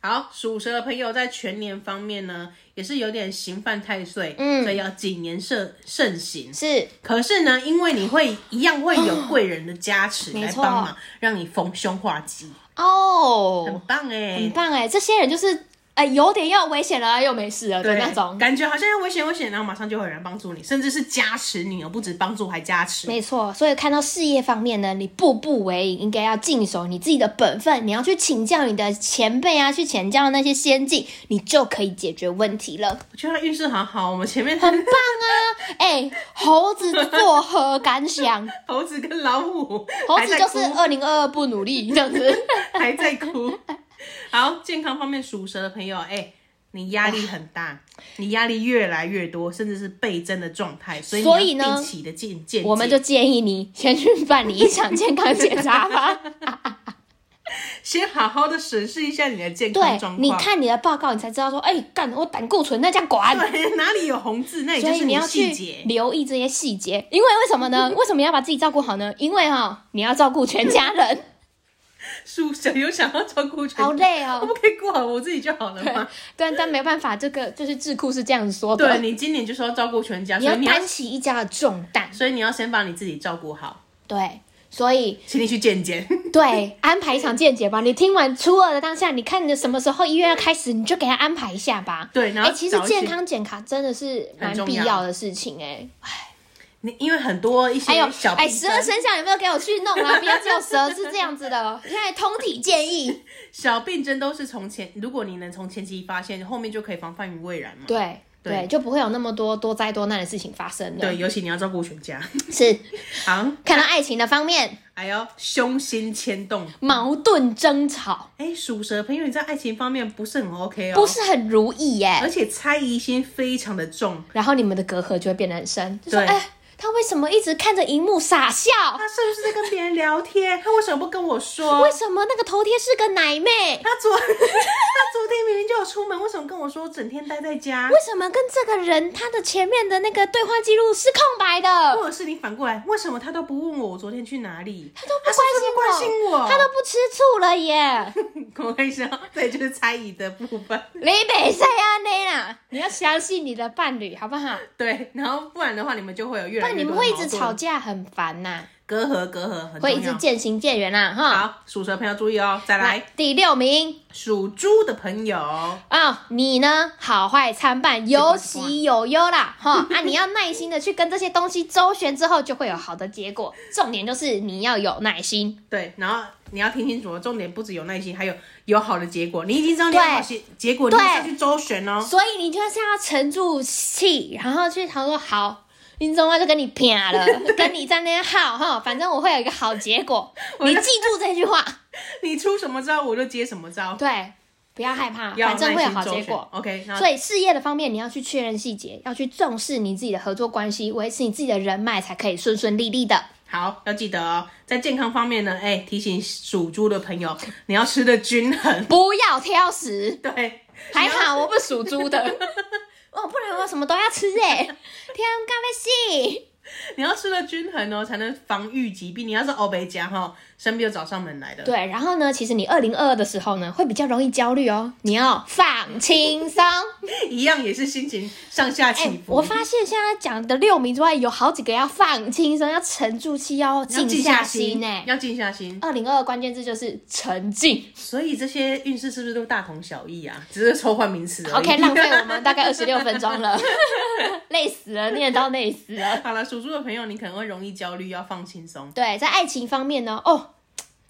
[SPEAKER 1] 好，属蛇的朋友在全年方面呢，也是有点刑犯太岁，
[SPEAKER 2] 嗯
[SPEAKER 1] 所以要谨言慎慎行。
[SPEAKER 2] 是
[SPEAKER 1] 可是呢，因为你会一样会有贵人的加持
[SPEAKER 2] 没
[SPEAKER 1] 来
[SPEAKER 2] 错
[SPEAKER 1] 帮忙，让你逢凶化吉，很
[SPEAKER 2] 哦，
[SPEAKER 1] 棒哎、
[SPEAKER 2] 很棒哎，这些人就是哎有点要危险了又没事了的
[SPEAKER 1] 对，
[SPEAKER 2] 那种。
[SPEAKER 1] 感觉好像要危险危险，然后马上就会有人帮助你，甚至是加持你哦，不止帮助还加持。
[SPEAKER 2] 没错，所以看到事业方面呢，你步步为营，应该要尽守你自己的本分，你要去请教你的前辈啊，去请教那些先进，你就可以解决问题了。
[SPEAKER 1] 我觉得他运势好好，我们前面
[SPEAKER 2] 哎、猴子作何感想？
[SPEAKER 1] 猴子跟老虎，
[SPEAKER 2] 猴
[SPEAKER 1] 还
[SPEAKER 2] 子
[SPEAKER 1] 在
[SPEAKER 2] 就是
[SPEAKER 1] 哭
[SPEAKER 2] 二零二二不努力这样子，
[SPEAKER 1] 还在哭。好，健康方面属蛇的朋友，哎、你压力很大，你压力越来越多，甚至是倍增的状态，所以
[SPEAKER 2] 所以
[SPEAKER 1] 你要
[SPEAKER 2] 呢
[SPEAKER 1] 定期的健健
[SPEAKER 2] 我们就建议你先去办理一场 健康检查吧。
[SPEAKER 1] 先好好的审视一下你的健康
[SPEAKER 2] 对
[SPEAKER 1] 状，况。
[SPEAKER 2] 你看你的报告，你才知道说，哎、干我胆固醇那家管。
[SPEAKER 1] 对，哪里有红字，那也
[SPEAKER 2] 所
[SPEAKER 1] 就
[SPEAKER 2] 以
[SPEAKER 1] 是
[SPEAKER 2] 哎你
[SPEAKER 1] 的
[SPEAKER 2] 要
[SPEAKER 1] 细
[SPEAKER 2] 去
[SPEAKER 1] 节。
[SPEAKER 2] 留意这些细节， 因为为什么呢？为什么要把自己照顾好呢？因为哈、你要照顾全家人，
[SPEAKER 1] 属蛇有想要照顾全家，
[SPEAKER 2] 好累
[SPEAKER 1] 我
[SPEAKER 2] 哦。
[SPEAKER 1] 不可以顾好我自己就好了吗？
[SPEAKER 2] 对，但没办法，这个就是智库是这样说
[SPEAKER 1] 对
[SPEAKER 2] 的，
[SPEAKER 1] 你今年就是要照顾全家，
[SPEAKER 2] 你
[SPEAKER 1] 所
[SPEAKER 2] 要
[SPEAKER 1] 以你要，
[SPEAKER 2] 担起一家的重担。
[SPEAKER 1] 所以你要先把你自己照顾好，
[SPEAKER 2] 对，所以
[SPEAKER 1] 请你去健检。
[SPEAKER 2] 对安排一场见解吧。你听完初二的当下，你看你什么时候医院要开始，你就给他安排一下吧。
[SPEAKER 1] 对，然
[SPEAKER 2] 哎、
[SPEAKER 1] 后、
[SPEAKER 2] 其实健，康检查真的是蛮
[SPEAKER 1] 很重
[SPEAKER 2] 必
[SPEAKER 1] 要
[SPEAKER 2] 要的事情哎、
[SPEAKER 1] 你因为很多一些
[SPEAKER 2] 还有
[SPEAKER 1] 小
[SPEAKER 2] 哎，
[SPEAKER 1] 病
[SPEAKER 2] 十
[SPEAKER 1] 症
[SPEAKER 2] 二生肖有没有给我去弄啊？不要只有蛇是这样子的，哦 现在通体建议。
[SPEAKER 1] 小病症都是从前，如果你能从前期发现，后面就可以防范于未然嘛。
[SPEAKER 2] 对啊
[SPEAKER 1] 对
[SPEAKER 2] 对，就不会有那么多多灾多难的事情发生了。
[SPEAKER 1] 对，，尤其你要照顾全家。
[SPEAKER 2] 是
[SPEAKER 1] 好，
[SPEAKER 2] 看到爱情的方面，
[SPEAKER 1] 还有凶心牵动。
[SPEAKER 2] 矛盾争吵
[SPEAKER 1] 哎，属蛇的朋友，你在爱情方面不是很 OK 哦，
[SPEAKER 2] 不，是很如意耶
[SPEAKER 1] 而，且猜疑心非常的重。
[SPEAKER 2] 然后你们的隔阂就会变得很深，就说
[SPEAKER 1] 对哎
[SPEAKER 2] 哎，他为什么一直看着荧幕傻笑？
[SPEAKER 1] 他是不是在跟别人聊天？ 他为什么不跟我说
[SPEAKER 2] 为？什么那个头贴是个奶妹？
[SPEAKER 1] 他昨 他昨天明明就有出门，为什么跟我说整天待在家？
[SPEAKER 2] 为什么跟这个人他的前面的那个对话记录是空白的？
[SPEAKER 1] 或者是你反过来，为什么他都不问我我昨天去哪里？他
[SPEAKER 2] 都不
[SPEAKER 1] 是不是
[SPEAKER 2] 关
[SPEAKER 1] 关
[SPEAKER 2] 心
[SPEAKER 1] 心
[SPEAKER 2] 我，
[SPEAKER 1] 我，
[SPEAKER 2] 他都不吃醋 了耶！
[SPEAKER 1] 我跟你说，对，就是猜疑的部分。
[SPEAKER 2] 你别这样你啦，你要相信你的伴侣，好不好？
[SPEAKER 1] 对，然后不然的话，你们就会有越
[SPEAKER 2] 不
[SPEAKER 1] 来
[SPEAKER 2] 然
[SPEAKER 1] 越
[SPEAKER 2] 你们
[SPEAKER 1] 多的
[SPEAKER 2] 会一直
[SPEAKER 1] 矛盾
[SPEAKER 2] 吵。架，很烦呐、
[SPEAKER 1] 隔阂隔阂很重
[SPEAKER 2] 会一直
[SPEAKER 1] 要。
[SPEAKER 2] 渐行渐远啦，哈。
[SPEAKER 1] 好，属蛇的朋友注意哦。再来，
[SPEAKER 2] 第六名
[SPEAKER 1] 属猪的朋友，
[SPEAKER 2] 啊、你呢好坏参半，有喜有忧啦， 哈啊，你要耐心的去跟这些东西周旋之后，就会有好的结果。重点就是你要有耐心，
[SPEAKER 1] 对，然后你要听清楚哦，重点不只有耐心，还有有好的结果。你已经知道你有
[SPEAKER 2] 对
[SPEAKER 1] 好结结果，你
[SPEAKER 2] 对
[SPEAKER 1] 就是要去周旋哦。
[SPEAKER 2] 所以你就是要沉住气，然后去想说好。林中官就跟你 拼了，跟你在那边耗哈，反正我会有一个好 结果。你记住这句话，
[SPEAKER 1] 你出什么招，我就接什么招，
[SPEAKER 2] 对，不要害怕，
[SPEAKER 1] 要
[SPEAKER 2] 反正会有
[SPEAKER 1] 耐心
[SPEAKER 2] 好
[SPEAKER 1] 周
[SPEAKER 2] 结
[SPEAKER 1] 旋
[SPEAKER 2] 果。。
[SPEAKER 1] OK，那
[SPEAKER 2] 所以事业的方面，你要去确认细节，要去重视你自己的合作关系，维持你自己的人脉，才可以顺顺利利的。
[SPEAKER 1] 好，要记得哦，在健康方面呢，哎、提醒属猪的朋友，你要吃的均衡。
[SPEAKER 2] 不要挑食，
[SPEAKER 1] 对，
[SPEAKER 2] 还好我不属猪的， 哦，不然我什么都要吃哎、天干杯戏，
[SPEAKER 1] 你要吃的均衡哦，才能防御疾病。你要是欧北家哈，生病就找上门来的。
[SPEAKER 2] 对，然后呢，其实你二零二二的时候呢，会比较容易焦虑哦，你要放轻松。
[SPEAKER 1] 一样也是心情上下
[SPEAKER 2] 哎、
[SPEAKER 1] 起伏。
[SPEAKER 2] 我发现现在讲的六名之外，有好几个要放轻松，要沉住气，要
[SPEAKER 1] 你要
[SPEAKER 2] 静
[SPEAKER 1] 静
[SPEAKER 2] 下
[SPEAKER 1] 心
[SPEAKER 2] 心哎、
[SPEAKER 1] 要静下心。
[SPEAKER 2] 二零二二关键字就是沉静。
[SPEAKER 1] 所以这些运势是不是都大同小异啊？只是抽换名词而已。
[SPEAKER 2] OK，浪费我们大概二十六分钟了， 累死了，念到累死了。
[SPEAKER 1] 好了，属猪的朋友，你可能会容易焦虑，要放轻松，
[SPEAKER 2] 对，在爱情方面呢，哦，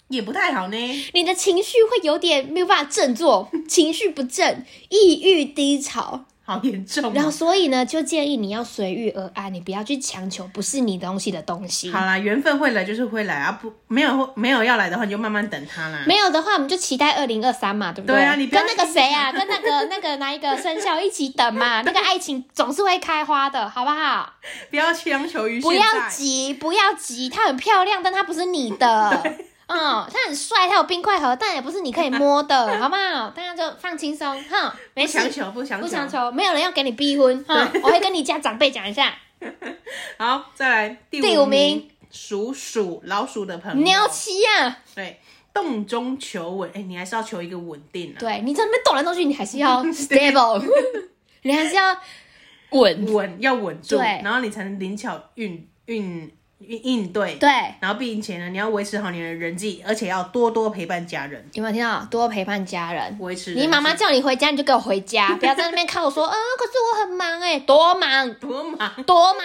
[SPEAKER 1] 也不太好呢。
[SPEAKER 2] 你的情绪会有点没有办法振作，情绪不振，抑郁低潮，
[SPEAKER 1] 好严重哦、
[SPEAKER 2] 然后所以呢，就建议你要随遇而安，你不要去强求不是你东西的东西。
[SPEAKER 1] 好啦，缘分会来就是会来啊，不没有没有要来的话，你就慢慢等他啦。
[SPEAKER 2] 没有的话，我们就期待二零二三嘛，对不
[SPEAKER 1] 对啊你不要
[SPEAKER 2] 跟那个谁啊，跟那个那个哪一个生肖一起 等嘛，那个爱情总是会开花的，好不好？
[SPEAKER 1] 不要强求于
[SPEAKER 2] 不
[SPEAKER 1] 现
[SPEAKER 2] 要
[SPEAKER 1] 在。
[SPEAKER 2] 急，不要急，它很漂亮，但它不是你 的。嗯，它很帅，它有冰块盒，但也不是你可以摸的，好不好？大家就放轻松，哼，没
[SPEAKER 1] 不强
[SPEAKER 2] 事，
[SPEAKER 1] 求，不强
[SPEAKER 2] 不
[SPEAKER 1] 求，
[SPEAKER 2] 强求，没有人要给你逼婚，哈，我会跟你家长辈讲 一下。
[SPEAKER 1] 好，再来第
[SPEAKER 2] 第
[SPEAKER 1] 五
[SPEAKER 2] 五名
[SPEAKER 1] 名，属鼠老鼠的朋友，
[SPEAKER 2] 你要七啊，
[SPEAKER 1] 对，洞中求稳，哎、你还是要求一个稳定啊，
[SPEAKER 2] 对你在那边动来动去，你还 是要 stable，你 还是要稳，
[SPEAKER 1] 稳要稳住，
[SPEAKER 2] 对
[SPEAKER 1] 然后你才能灵巧运运运应对，
[SPEAKER 2] 对。
[SPEAKER 1] 然后并且呢，你要维持好你的人际，而且要多多陪伴家人，
[SPEAKER 2] 有没有听到？多陪伴家人。
[SPEAKER 1] 维持人
[SPEAKER 2] 你妈妈
[SPEAKER 1] 际
[SPEAKER 2] 叫你回家，你就给我回家，不要在那边看我说，嗯， 可是我很忙哎、多忙
[SPEAKER 1] 多忙，
[SPEAKER 2] 多忙。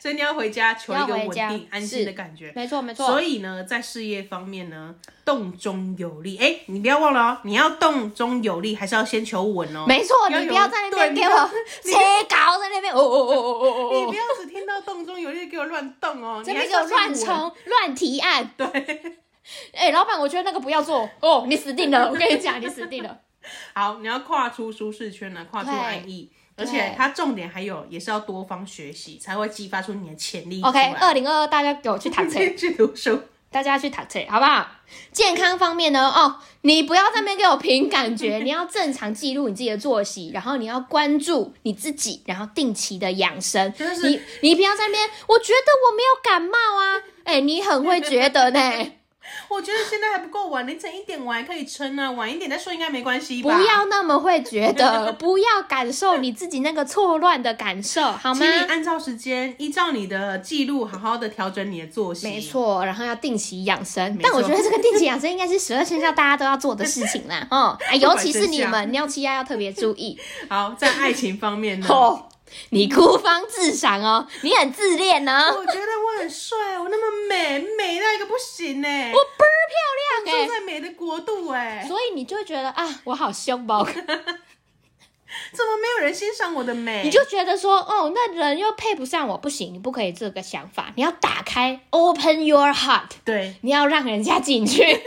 [SPEAKER 1] 所以你要回家求一个
[SPEAKER 2] 要
[SPEAKER 1] 稳
[SPEAKER 2] 回家
[SPEAKER 1] 定安心的感觉。
[SPEAKER 2] 没错没错。
[SPEAKER 1] 所以呢，在事业方面呢，动中有力。哎、你不要忘了哦，你要动中有力，还是要先求稳哦。
[SPEAKER 2] 没错，
[SPEAKER 1] 要有
[SPEAKER 2] 你不要在那
[SPEAKER 1] 对
[SPEAKER 2] 边
[SPEAKER 1] 你
[SPEAKER 2] 给我 切稿，在那边哦哦哦哦哦
[SPEAKER 1] 你不
[SPEAKER 2] 哦哦，
[SPEAKER 1] 要只听到动中有力给我乱动哦，
[SPEAKER 2] 这
[SPEAKER 1] 你
[SPEAKER 2] 边
[SPEAKER 1] 还
[SPEAKER 2] 给我
[SPEAKER 1] 是要
[SPEAKER 2] 乱
[SPEAKER 1] 先稳。
[SPEAKER 2] 冲乱提案。
[SPEAKER 1] 对，
[SPEAKER 2] 哎，老板，我觉得那个不要做哦，你死定了！我跟你讲，你死定了。
[SPEAKER 1] 好，你要跨出舒适圈啊，跨出
[SPEAKER 2] 对
[SPEAKER 1] 安逸。而
[SPEAKER 2] 对
[SPEAKER 1] 且它重点还有，也是要多方学习，才会激发出 你的潜力出
[SPEAKER 2] OK，
[SPEAKER 1] 来。
[SPEAKER 2] 二零二二大家给我去躺车，
[SPEAKER 1] 去读书，
[SPEAKER 2] 大家去躺车好不好？健康方面呢，哦，你不要在那边给我凭感觉，你要正常记录你自己的作息，然后你要关注你自己，然后定期的养生。
[SPEAKER 1] 真的
[SPEAKER 2] 你
[SPEAKER 1] 是
[SPEAKER 2] 你不要在那边，我觉得我没有感冒啊，哎，你很会觉得呢。
[SPEAKER 1] 我觉得现在还不够晚，凌晨一点我还可以撑啊，晚一点再睡应该没关系
[SPEAKER 2] 不
[SPEAKER 1] 吧？
[SPEAKER 2] 要那么会觉 得，不要感受你自己那个错乱的感受，好吗
[SPEAKER 1] 请？你按照时间，依照你的记录，好好的调整你的作息。
[SPEAKER 2] 没，错，然后要定期养生
[SPEAKER 1] 没，
[SPEAKER 2] 但我
[SPEAKER 1] 错
[SPEAKER 2] 觉得这个定期养生应该是十二生肖大家都要做的事情 啦，哦，啊，尤其是你们尿气压要特别注意
[SPEAKER 1] 好，在爱情方面呢，我
[SPEAKER 2] 哦。你孤芳自赏哦，你很自恋呢、哦，
[SPEAKER 1] 觉得我很帅，我那么美，美到一个不行呢、
[SPEAKER 2] 我倍儿漂亮
[SPEAKER 1] 住
[SPEAKER 2] 哎、
[SPEAKER 1] 在美的国度哎、
[SPEAKER 2] 所以你就会觉得啊，我好凶暴，
[SPEAKER 1] 怎么没有人欣赏我的美？
[SPEAKER 2] 你就觉得说哦，那人又配不上我，不行，你不可以这个想法，你要打开，open your heart，
[SPEAKER 1] 对，
[SPEAKER 2] 你要让人家进去。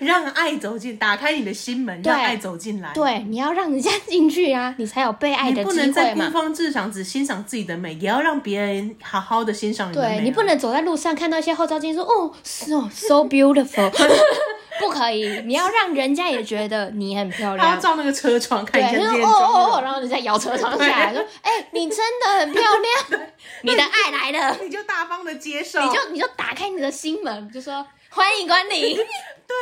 [SPEAKER 1] 让爱走进，打开你的心门，
[SPEAKER 2] 对
[SPEAKER 1] 让爱走进来。，
[SPEAKER 2] 对，你要让人家 进去啊，你才有被爱
[SPEAKER 1] 你
[SPEAKER 2] 的
[SPEAKER 1] 不
[SPEAKER 2] 机
[SPEAKER 1] 能
[SPEAKER 2] 会
[SPEAKER 1] 在孤
[SPEAKER 2] 嘛。
[SPEAKER 1] 芳自赏，只欣赏自己的美，也要让别人好好的欣赏你的美啊、
[SPEAKER 2] 对你不能走在路上看到一些后照镜说哦，so so beautiful，不可以，你要让人家也觉得你很漂
[SPEAKER 1] 他要
[SPEAKER 2] 亮。
[SPEAKER 1] 照那个车窗看
[SPEAKER 2] 对
[SPEAKER 1] 一下，
[SPEAKER 2] 就
[SPEAKER 1] 今
[SPEAKER 2] 是
[SPEAKER 1] 天
[SPEAKER 2] 哦
[SPEAKER 1] 妆
[SPEAKER 2] 哦
[SPEAKER 1] 容
[SPEAKER 2] 哦，然后人家摇车窗下来说，哎、你真的很漂 亮，你的爱来了，
[SPEAKER 1] 你就大方的接受，
[SPEAKER 2] 你就你就打开你的心门，就说欢迎光 临。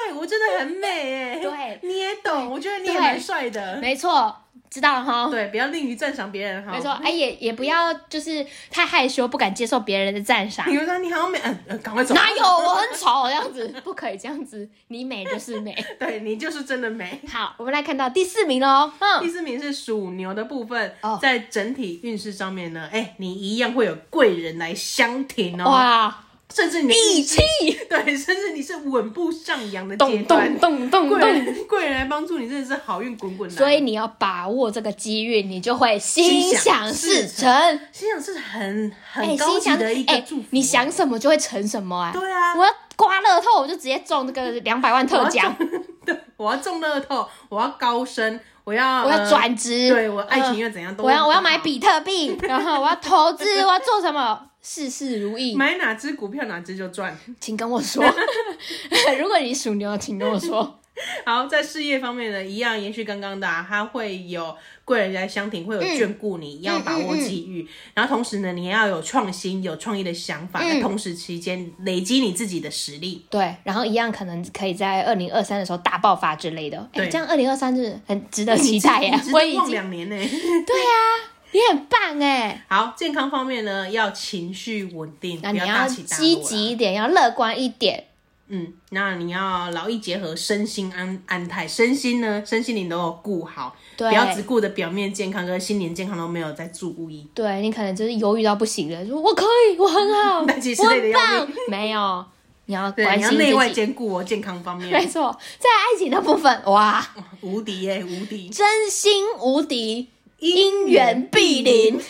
[SPEAKER 1] 对我真的很美哎，
[SPEAKER 2] 对
[SPEAKER 1] 你也懂，我觉得你也
[SPEAKER 2] 对
[SPEAKER 1] 蛮帅的，
[SPEAKER 2] 没错，知道了哈。
[SPEAKER 1] 对，不要吝于赞赏别人哈。
[SPEAKER 2] 没错，哎，也也不要就是太害羞，不敢接受别人的赞赏
[SPEAKER 1] 比。如说你好像没，呃呃赶 快走。
[SPEAKER 2] 哪有我很丑这样子？ 不可以这样子，你美就是美。
[SPEAKER 1] 对你就是真的美。
[SPEAKER 2] 好，我们来看到第四名喽。
[SPEAKER 1] 第
[SPEAKER 2] 嗯，
[SPEAKER 1] 四名是属牛的部分
[SPEAKER 2] 哦，
[SPEAKER 1] 在整体运势上面呢，哎，你一样会有贵人来相挺哦，
[SPEAKER 2] 哇，
[SPEAKER 1] 甚至你的
[SPEAKER 2] 义
[SPEAKER 1] 运
[SPEAKER 2] 气，
[SPEAKER 1] 对，甚至你是稳步上扬的阶
[SPEAKER 2] 咚
[SPEAKER 1] 段
[SPEAKER 2] 咚。咚咚
[SPEAKER 1] 贵
[SPEAKER 2] 咚。
[SPEAKER 1] 人贵人来帮助你，真的是好运滚滚来。
[SPEAKER 2] 所以你要把握这个机遇，你就会心
[SPEAKER 1] 心想
[SPEAKER 2] 想
[SPEAKER 1] 事
[SPEAKER 2] 事成。
[SPEAKER 1] 心想是很
[SPEAKER 2] 哎，
[SPEAKER 1] 很高级的一个
[SPEAKER 2] 哎
[SPEAKER 1] 祝福。哦
[SPEAKER 2] 你想什么就会成什么啊！
[SPEAKER 1] 对啊
[SPEAKER 2] 我要刮乐透，我就直接中这个两百万
[SPEAKER 1] 我
[SPEAKER 2] 特
[SPEAKER 1] 要
[SPEAKER 2] 奖，
[SPEAKER 1] 中， 对，我要中乐透，我要高升，我要
[SPEAKER 2] 我要
[SPEAKER 1] 呃
[SPEAKER 2] 转职，呃
[SPEAKER 1] 对我爱情要怎样都
[SPEAKER 2] 我要我要
[SPEAKER 1] 好
[SPEAKER 2] 买比特币，然后我要投资，我要做什么，事事如意，
[SPEAKER 1] 买哪只股票哪只就赚。
[SPEAKER 2] 请跟我 说。如果你属牛，请跟我说。
[SPEAKER 1] 好，在事业方面呢，一样延续刚刚的、啊，它会有贵人来相挺，会有眷顾你，要把握机
[SPEAKER 2] 嗯
[SPEAKER 1] 遇。然后同时呢，你也要有创新、有创意的想
[SPEAKER 2] 嗯
[SPEAKER 1] 法，在同时期间累积你自己的实力。
[SPEAKER 2] 对，然后一样可能可以在二零二三的时候大爆发之类的。哎，
[SPEAKER 1] 对
[SPEAKER 2] 这样二零二三是很值得期待啊耶
[SPEAKER 1] 你！只
[SPEAKER 2] 我已
[SPEAKER 1] 是忘
[SPEAKER 2] 经
[SPEAKER 1] 两年呢、
[SPEAKER 2] 啊你很棒哎，
[SPEAKER 1] 好，健康方面呢，要情绪稳定，
[SPEAKER 2] 那
[SPEAKER 1] 不
[SPEAKER 2] 你
[SPEAKER 1] 大
[SPEAKER 2] 要
[SPEAKER 1] 起大落啊
[SPEAKER 2] 积
[SPEAKER 1] 啦。
[SPEAKER 2] 极一点，要乐观一点。
[SPEAKER 1] 嗯，那你要劳逸结合，身心安安泰，身心呢，身心灵都有顾好，
[SPEAKER 2] 对
[SPEAKER 1] 不要只顾着表面健康跟心灵健康都没有在注意。
[SPEAKER 2] 对你可能就是犹豫到不行了，说我可以，我很 好，
[SPEAKER 1] 但其实
[SPEAKER 2] 我
[SPEAKER 1] 累得
[SPEAKER 2] 很
[SPEAKER 1] 要
[SPEAKER 2] 棒，没有，你要
[SPEAKER 1] 对，
[SPEAKER 2] 关
[SPEAKER 1] 你要
[SPEAKER 2] 心
[SPEAKER 1] 内外
[SPEAKER 2] 自己。
[SPEAKER 1] 兼顾哦，健康方面
[SPEAKER 2] 没错，在爱情的部分，哇，
[SPEAKER 1] 无敌耶、无敌，
[SPEAKER 2] 真心无敌，姻缘必临。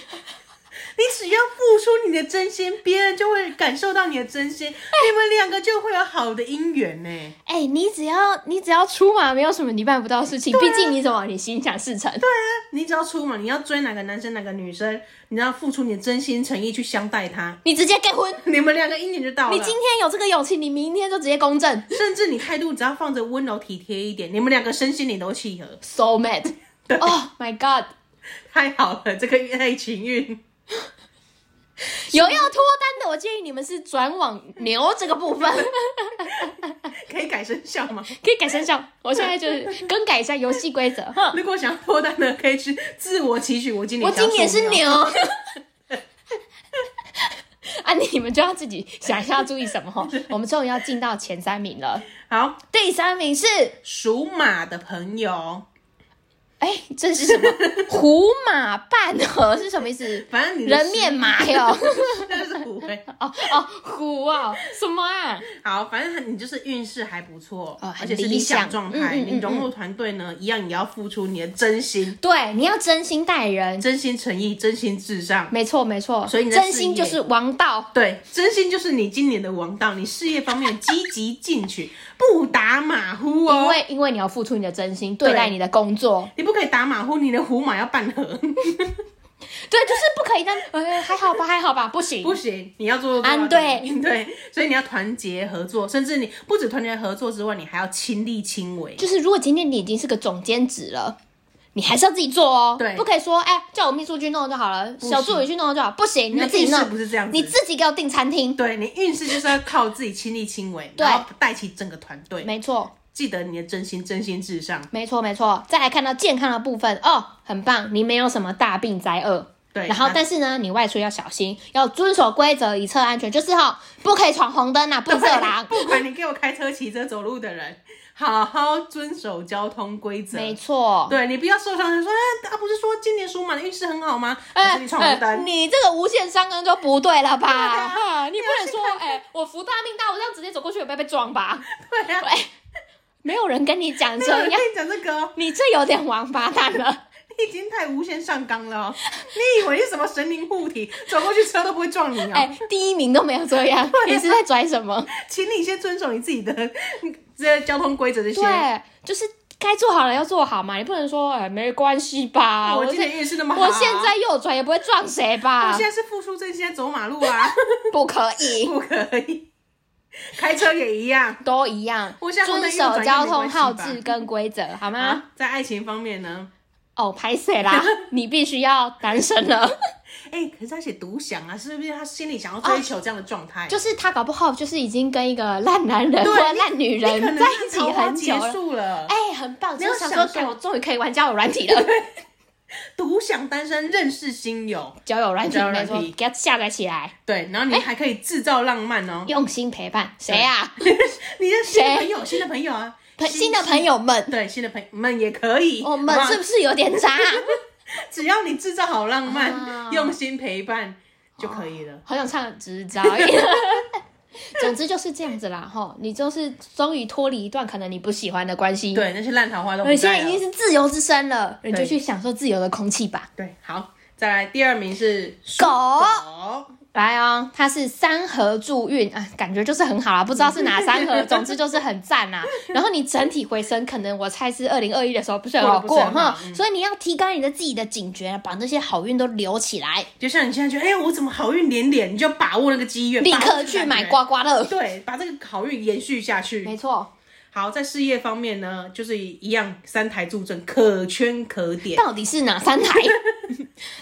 [SPEAKER 1] 你只要付出你的真心，别人就会感受到你的真心，你们两个就会有好的姻缘呢、
[SPEAKER 2] 哎、你只要你只要出马，没有什么你办不到的事情。毕竟你什么，你心想事成。
[SPEAKER 1] 你只要出门，你要追哪个男生哪个女生，你要付出你的真心诚意去相待他，
[SPEAKER 2] 你直接结婚，
[SPEAKER 1] 你们两个姻缘就到了。
[SPEAKER 2] 你今天有这个勇气，你明天就直接公证
[SPEAKER 1] 甚至你态度只要放着温柔体贴一点，你们两个身心灵都契合，
[SPEAKER 2] ，so mad。Oh my god，
[SPEAKER 1] 太好了，这个爱情运。
[SPEAKER 2] 有要脱单的，我建议你们是转往牛这个部分。
[SPEAKER 1] 可以改生肖吗？
[SPEAKER 2] 可以改生肖，我现在就是更改一下游戏规则。哼，
[SPEAKER 1] 如果想要脱单的，可以去自我期许。我今年
[SPEAKER 2] 哦我今年
[SPEAKER 1] 想
[SPEAKER 2] 是
[SPEAKER 1] 要属
[SPEAKER 2] 牛。 啊，你们就要自己想一下注意什么哈。我们终于要进到前三名了，
[SPEAKER 1] 好，
[SPEAKER 2] 第三名是
[SPEAKER 1] 属马的朋友，
[SPEAKER 2] 哎、这是 什么？胡马半合是什么意思？
[SPEAKER 1] 反正你的
[SPEAKER 2] 人
[SPEAKER 1] 事
[SPEAKER 2] 面马哟！
[SPEAKER 1] 那就是虎欸
[SPEAKER 2] 哦哦，虎啊，什么啊？
[SPEAKER 1] 好，反正你就是运势还不错，
[SPEAKER 2] 哦很
[SPEAKER 1] 而且是
[SPEAKER 2] 理
[SPEAKER 1] 理想
[SPEAKER 2] 想
[SPEAKER 1] 状
[SPEAKER 2] 嗯
[SPEAKER 1] 态。
[SPEAKER 2] 嗯嗯
[SPEAKER 1] 你融入团队呢，一样也要付出你的真心、
[SPEAKER 2] 对，你要真心待人，
[SPEAKER 1] 真心诚意、真心至上。
[SPEAKER 2] 没错没错，
[SPEAKER 1] 所以你在
[SPEAKER 2] 真心
[SPEAKER 1] 事业
[SPEAKER 2] 就是王道。
[SPEAKER 1] 对，真心就是你今年的王道，你事业方面积极进取， 不打马虎
[SPEAKER 2] 因
[SPEAKER 1] 哦。
[SPEAKER 2] 为因为你要付出你的真心对待
[SPEAKER 1] 对
[SPEAKER 2] 你的工作，
[SPEAKER 1] 你不可以打马虎，你的虎马要半合，
[SPEAKER 2] 对，就是不可以这样。呃，还好吧，还好吧，不行。
[SPEAKER 1] 不行，你要做
[SPEAKER 2] 安
[SPEAKER 1] 对对，所以你要团结合作，甚至你不止团结合作之外，你还要亲力亲为。
[SPEAKER 2] 就是如果今天你已经是个总监职了，你还是要自己做哦。
[SPEAKER 1] 对
[SPEAKER 2] 不可以说哎、叫我秘书去弄就好了，
[SPEAKER 1] 行
[SPEAKER 2] 小助理去弄就好，不行，你
[SPEAKER 1] 你
[SPEAKER 2] 要
[SPEAKER 1] 的
[SPEAKER 2] 自己
[SPEAKER 1] 运势
[SPEAKER 2] 弄，
[SPEAKER 1] 不是这样子，
[SPEAKER 2] 你自己给我订餐厅。
[SPEAKER 1] 对你运势就是要靠自己亲力亲为，
[SPEAKER 2] 对
[SPEAKER 1] 然后带起整个团队。
[SPEAKER 2] 没错，
[SPEAKER 1] 记得你的真心，真心至 上。
[SPEAKER 2] 没错，没错。再来看到健康的部分哦，很棒，你没有什么大病灾厄。
[SPEAKER 1] 对，
[SPEAKER 2] 然后
[SPEAKER 1] 那，
[SPEAKER 2] 但是呢，你外出要小心，要遵守规则以策安全，就是哈、不可以闯红灯啊，不色狼。
[SPEAKER 1] 不管你给我开车、骑车、走路的人，好好遵守交通规则。
[SPEAKER 2] 没错。
[SPEAKER 1] 对你不要受伤，就说哎，啊，不是说今年属马的运势很好吗？可
[SPEAKER 2] 哎
[SPEAKER 1] 是你闯红
[SPEAKER 2] 哎
[SPEAKER 1] 灯，
[SPEAKER 2] 你这个无限上纲就不对了吧？
[SPEAKER 1] 对啊
[SPEAKER 2] 哈你不能说
[SPEAKER 1] 你要去看
[SPEAKER 2] 哎、我福大命大，我这样直接走过去，有没有被 撞吧？
[SPEAKER 1] 对啊，
[SPEAKER 2] 哎，没有人跟你讲
[SPEAKER 1] 没
[SPEAKER 2] 这
[SPEAKER 1] 有人跟
[SPEAKER 2] 样，
[SPEAKER 1] 你讲这个哦，
[SPEAKER 2] 你这有点王八蛋了。
[SPEAKER 1] 你已经太无限上纲了哦。你以为是什么神灵护体，走过去车都不会撞你
[SPEAKER 2] 哎、
[SPEAKER 1] 哦？
[SPEAKER 2] 第一名都没有这样，
[SPEAKER 1] 啊
[SPEAKER 2] 你是在拽什么？
[SPEAKER 1] 请你先遵守你自己的嗯这些交通规则这些。
[SPEAKER 2] 对，就是该做好了要做好嘛，你不能说哎、没关系吧，
[SPEAKER 1] 哦我
[SPEAKER 2] 我
[SPEAKER 1] 今
[SPEAKER 2] 现
[SPEAKER 1] 年运势那么好，啊
[SPEAKER 2] 我现在右转也不会撞谁
[SPEAKER 1] 我
[SPEAKER 2] 吧
[SPEAKER 1] 现，在是付出真心在走马路啊，
[SPEAKER 2] 不可以。
[SPEAKER 1] 不可以。开车也一样。
[SPEAKER 2] 都一样，
[SPEAKER 1] 我现在红灯
[SPEAKER 2] 遵
[SPEAKER 1] 右转
[SPEAKER 2] 守交通号
[SPEAKER 1] 应该没关
[SPEAKER 2] 志
[SPEAKER 1] 系
[SPEAKER 2] 跟规则，好吗？
[SPEAKER 1] 啊，在爱情方面呢，
[SPEAKER 2] 哦，拍 谁啦？你必须要单身了，
[SPEAKER 1] 哎、可是他写独享啊，是不是他心里想要追求这样的状态？
[SPEAKER 2] 就是他搞不好就是已经跟一个烂男人
[SPEAKER 1] 对
[SPEAKER 2] 或者烂女
[SPEAKER 1] 你可
[SPEAKER 2] 人
[SPEAKER 1] 能
[SPEAKER 2] 在
[SPEAKER 1] 是
[SPEAKER 2] 一起
[SPEAKER 1] 桃花
[SPEAKER 2] 很久
[SPEAKER 1] 结
[SPEAKER 2] 了。
[SPEAKER 1] 束了，
[SPEAKER 2] 哎、很棒！
[SPEAKER 1] 没
[SPEAKER 2] 就
[SPEAKER 1] 有
[SPEAKER 2] 是想
[SPEAKER 1] 享
[SPEAKER 2] 说，
[SPEAKER 1] 受
[SPEAKER 2] 哎，我终于可以玩交友软体了。
[SPEAKER 1] 独享单身，认识新友，
[SPEAKER 2] 交友软体
[SPEAKER 1] 交友
[SPEAKER 2] 没
[SPEAKER 1] 软
[SPEAKER 2] 错
[SPEAKER 1] 体，
[SPEAKER 2] 给它下载起来，
[SPEAKER 1] 对，然后
[SPEAKER 2] 哎
[SPEAKER 1] 你还可以制造浪漫哦。
[SPEAKER 2] 用心陪伴谁啊？
[SPEAKER 1] 你的新
[SPEAKER 2] 谁
[SPEAKER 1] 的朋友，新的朋友啊，
[SPEAKER 2] 朋新的朋友们，
[SPEAKER 1] 对，新的朋友们也可以。
[SPEAKER 2] 我
[SPEAKER 1] 好不
[SPEAKER 2] 们
[SPEAKER 1] 好
[SPEAKER 2] 是不是有点渣啊？
[SPEAKER 1] 只要你制造好浪漫，
[SPEAKER 2] 啊哦
[SPEAKER 1] 用心陪伴就可以了。
[SPEAKER 2] 好想唱直 招。总之就是这样子啦，吼，你就是终于脱离一段可能你不喜欢的关系，
[SPEAKER 1] 对，那些烂桃花都不
[SPEAKER 2] 你现在
[SPEAKER 1] 在
[SPEAKER 2] 已
[SPEAKER 1] 了。
[SPEAKER 2] 经是自由之身了，你就
[SPEAKER 1] 对
[SPEAKER 2] 去享受自由的空气吧。
[SPEAKER 1] 对，好，再来第二名是属
[SPEAKER 2] 狗
[SPEAKER 1] 狗
[SPEAKER 2] 来哦，它是三合助运啊，感觉就是很好啦，不知道是 哪三合，总之就是很赞啦。然后你整体回升，可能我猜是二零二一的时候不是很好嗯过
[SPEAKER 1] 过得不是很好
[SPEAKER 2] 哈，所以你要提高你的自己的警觉，把那些好运都留起来，
[SPEAKER 1] 就像你现在觉得，哎、我怎么好运连连？你就把握那个机遇，
[SPEAKER 2] 立
[SPEAKER 1] 把握
[SPEAKER 2] 刻
[SPEAKER 1] 这个
[SPEAKER 2] 去
[SPEAKER 1] 感
[SPEAKER 2] 买
[SPEAKER 1] 觉
[SPEAKER 2] 刮刮乐。
[SPEAKER 1] 对，把这个好运延续下去。
[SPEAKER 2] 没错，
[SPEAKER 1] 好，在事业方面呢，就是一样三台助阵，可圈可 点，
[SPEAKER 2] 到底是哪 三台？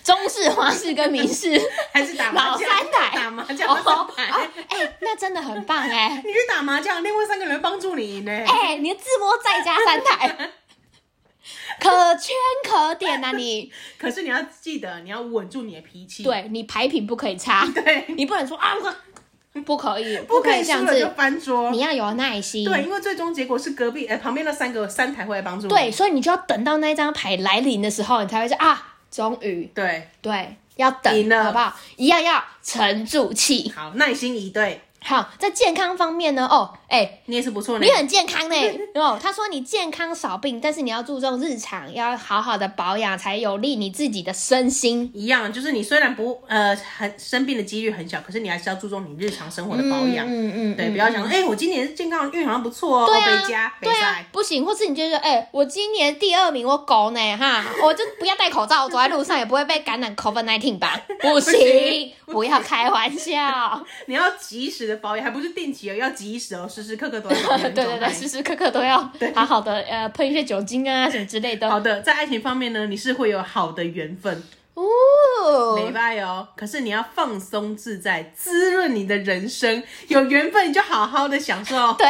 [SPEAKER 2] 中式、华式跟明式。
[SPEAKER 1] 还是打麻
[SPEAKER 2] 老
[SPEAKER 1] 将，
[SPEAKER 2] 三台
[SPEAKER 1] 打麻将
[SPEAKER 2] 哦
[SPEAKER 1] 三
[SPEAKER 2] 哦
[SPEAKER 1] 台。
[SPEAKER 2] 哎、那真的很棒哎、
[SPEAKER 1] 你去打麻将，另外三个人帮助你赢呢、
[SPEAKER 2] 哎、你的自摸再加 三台，可圈可点呐、 你。
[SPEAKER 1] 可是你要记得，你要稳住你的脾气。
[SPEAKER 2] 对你牌品不可以差，
[SPEAKER 1] 对，
[SPEAKER 2] 你不能说啊，我不可以，
[SPEAKER 1] 不可
[SPEAKER 2] 可
[SPEAKER 1] 以
[SPEAKER 2] 这
[SPEAKER 1] 输
[SPEAKER 2] 样
[SPEAKER 1] 了就
[SPEAKER 2] 子，
[SPEAKER 1] 翻桌
[SPEAKER 2] 你。要有耐心。
[SPEAKER 1] 对，因为最终结果是隔壁呃旁边那三个三台会来帮助你。
[SPEAKER 2] 对，所以你就要等到那张牌来临的时候，你才会说啊，终于
[SPEAKER 1] 对，
[SPEAKER 2] 对，要等
[SPEAKER 1] 赢，了
[SPEAKER 2] 好不好？一样要沉住气。
[SPEAKER 1] 好，耐心以对，
[SPEAKER 2] 好，在健康方面呢，哦，哎、
[SPEAKER 1] 你也是不错呢
[SPEAKER 2] 你。很健康呢、哦，他说你健康少病，但是你要注重日常，要好好的保养，才有利你自己的身心。
[SPEAKER 1] 一样，就是你虽然不呃很生病的几率很小，可是你还是要注重你日常生活的保养。
[SPEAKER 2] 嗯嗯嗯
[SPEAKER 1] 对，不要想说，哎、我今年健康运好像不错哦，
[SPEAKER 2] 对
[SPEAKER 1] 哦
[SPEAKER 2] 啊
[SPEAKER 1] 北加北
[SPEAKER 2] 对啊
[SPEAKER 1] 赛，，
[SPEAKER 2] 不行，或是你觉得，哎、我今年第二名，我狗呢，哈，我就不要戴口罩，我走在路上也不会被感染 COVID 1 9吧？不行
[SPEAKER 1] 行，
[SPEAKER 2] 不要开玩笑。
[SPEAKER 1] 你要及时的保养，还不是定期哦，要及时哦，时时刻刻都要保养的
[SPEAKER 2] 对对
[SPEAKER 1] 状态
[SPEAKER 2] 对，时时刻刻都要好好的，呃，喷一些酒精啊什么之类的。
[SPEAKER 1] 好的，在爱情方面呢，你是会有好的缘分，
[SPEAKER 2] 哦，
[SPEAKER 1] 没办哦。可是你要放松自在，滋润你的人生。有缘分你就好好的享受，
[SPEAKER 2] 对，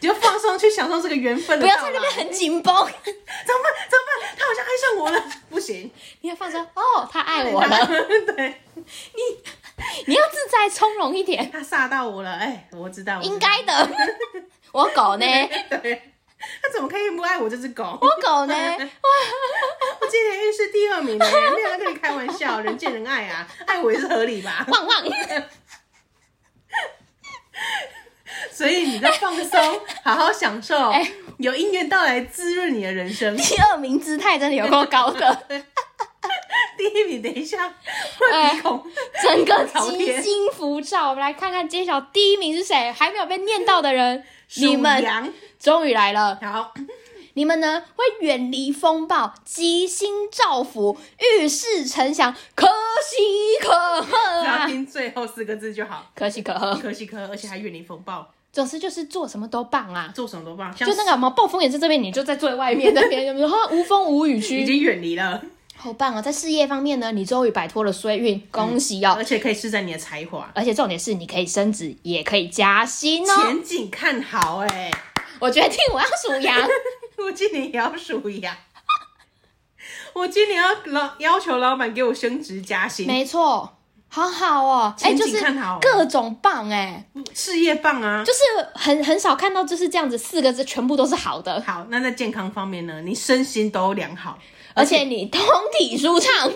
[SPEAKER 1] 你就放松去享受这个缘分
[SPEAKER 2] 不
[SPEAKER 1] 的
[SPEAKER 2] 要
[SPEAKER 1] 到来。
[SPEAKER 2] 在那边很紧绷，
[SPEAKER 1] 怎么办？怎么办？他好像爱上我了，不行，
[SPEAKER 2] 你要放松。哦，他爱我了。
[SPEAKER 1] 对
[SPEAKER 2] 你要自在从容一点，
[SPEAKER 1] 他煞到我了，哎、我知道，我知道
[SPEAKER 2] 应该的。我狗呢？
[SPEAKER 1] 对。他怎么可以不爱我这只狗？
[SPEAKER 2] 我 狗呢？
[SPEAKER 1] 我今年运势第二名呢，没有人跟你开玩笑，人见人爱啊， 爱我也是合理 吧？
[SPEAKER 2] 旺旺，
[SPEAKER 1] 所以你在放松，好好享受
[SPEAKER 2] 哎，
[SPEAKER 1] 有姻缘到来滋润你的人生。
[SPEAKER 2] 第二名姿态真的有够高的，
[SPEAKER 1] 第一名，等一下，我的鼻孔，
[SPEAKER 2] 哎整个
[SPEAKER 1] 朝
[SPEAKER 2] 吉
[SPEAKER 1] 天
[SPEAKER 2] 星浮照。我们来看看揭晓第一名是谁，还没有被念到的人，你
[SPEAKER 1] 属
[SPEAKER 2] 们
[SPEAKER 1] 羊，
[SPEAKER 2] 终于来了。
[SPEAKER 1] 好，
[SPEAKER 2] 你们呢会远离风暴，吉星照福，遇事成祥，可喜可贺
[SPEAKER 1] 只要
[SPEAKER 2] 啊！
[SPEAKER 1] 听最后四个字就好。
[SPEAKER 2] 可喜可贺，
[SPEAKER 1] 可喜可贺，而且还远离风暴，
[SPEAKER 2] 总之就是做什么都棒啊！
[SPEAKER 1] 做什么都棒，像
[SPEAKER 2] 就那个什么暴风眼在这边，你就在最外面那边，有没有？哈无风无雨区
[SPEAKER 1] 已，经远离了，
[SPEAKER 2] 好棒哦！在事业方面呢，你终于摆脱了衰
[SPEAKER 1] 嗯
[SPEAKER 2] 运，恭喜哦！
[SPEAKER 1] 而且可以施展你的才华，
[SPEAKER 2] 而且重点是，你可以升职，也可以加薪哦。
[SPEAKER 1] 前景看好哎。
[SPEAKER 2] 我决定我要属 羊，
[SPEAKER 1] 我今年也要属羊。我今年要老要求老板给我升职加薪，
[SPEAKER 2] 没错，好好哦。哎、
[SPEAKER 1] 前景
[SPEAKER 2] 就是
[SPEAKER 1] 看好哦
[SPEAKER 2] 各种棒哎、
[SPEAKER 1] 事业棒啊！
[SPEAKER 2] 就是很很少看到就是这样子四个字全部都是好的，
[SPEAKER 1] 好，那在健康方面呢，你身心都良好，
[SPEAKER 2] 而且你通体舒畅。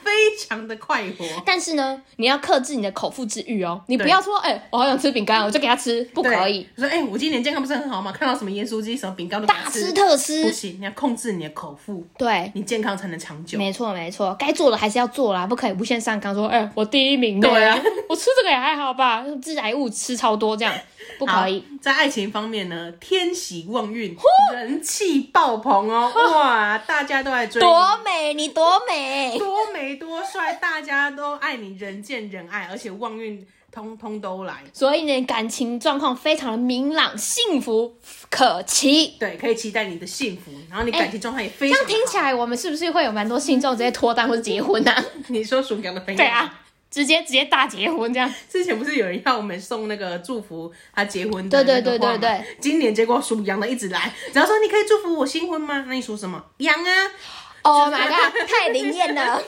[SPEAKER 1] 非常的快活。
[SPEAKER 2] 但是呢，你要克制你的口腹之欲哦，你不
[SPEAKER 1] 对
[SPEAKER 2] 要说哎、我好想吃饼干，我就给他吃，不
[SPEAKER 1] 对
[SPEAKER 2] 可以，。
[SPEAKER 1] 我说，哎、我今年健康不是很好吗？看到什么盐酥鸡、什么饼干都给
[SPEAKER 2] 大
[SPEAKER 1] 它
[SPEAKER 2] 吃
[SPEAKER 1] 吃，
[SPEAKER 2] 特
[SPEAKER 1] 不
[SPEAKER 2] 吃。
[SPEAKER 1] 行，你要控制你的口腹，
[SPEAKER 2] 对，
[SPEAKER 1] 你健康才能长久。
[SPEAKER 2] 没错没错，该做的还是要做啦，不可以无限上纲说，哎、我第一名呢
[SPEAKER 1] 对啊，
[SPEAKER 2] 我吃这个也还好吧，致癌物吃超多 这样，不
[SPEAKER 1] 好
[SPEAKER 2] 可以。。
[SPEAKER 1] 在爱情方面呢，天喜旺运，人气爆棚哦！哇，大家都来追你，
[SPEAKER 2] 多美，你多美，
[SPEAKER 1] 多美多帅，大家都爱你，人见人爱，而且旺运通通都来。
[SPEAKER 2] 所以呢，感情状况非常的明朗，幸福可期。
[SPEAKER 1] 对，可以期待你的幸福，然后你感情状态也非
[SPEAKER 2] 哎这
[SPEAKER 1] 常
[SPEAKER 2] 样
[SPEAKER 1] 好。
[SPEAKER 2] 听起来，我们是不是会有蛮多信众直接脱单或者结婚呢、啊？
[SPEAKER 1] 你说属羊的朋友，
[SPEAKER 2] 对啊，直接直接大结婚这样。
[SPEAKER 1] 之前不是有人要我们送那个祝福他结婚的
[SPEAKER 2] 对对
[SPEAKER 1] 那个话吗
[SPEAKER 2] 对对对，
[SPEAKER 1] 今年结果属羊的一直来，只要说你可以祝福我新婚吗？那你属什么？羊啊，
[SPEAKER 2] Oh my god！太灵验了，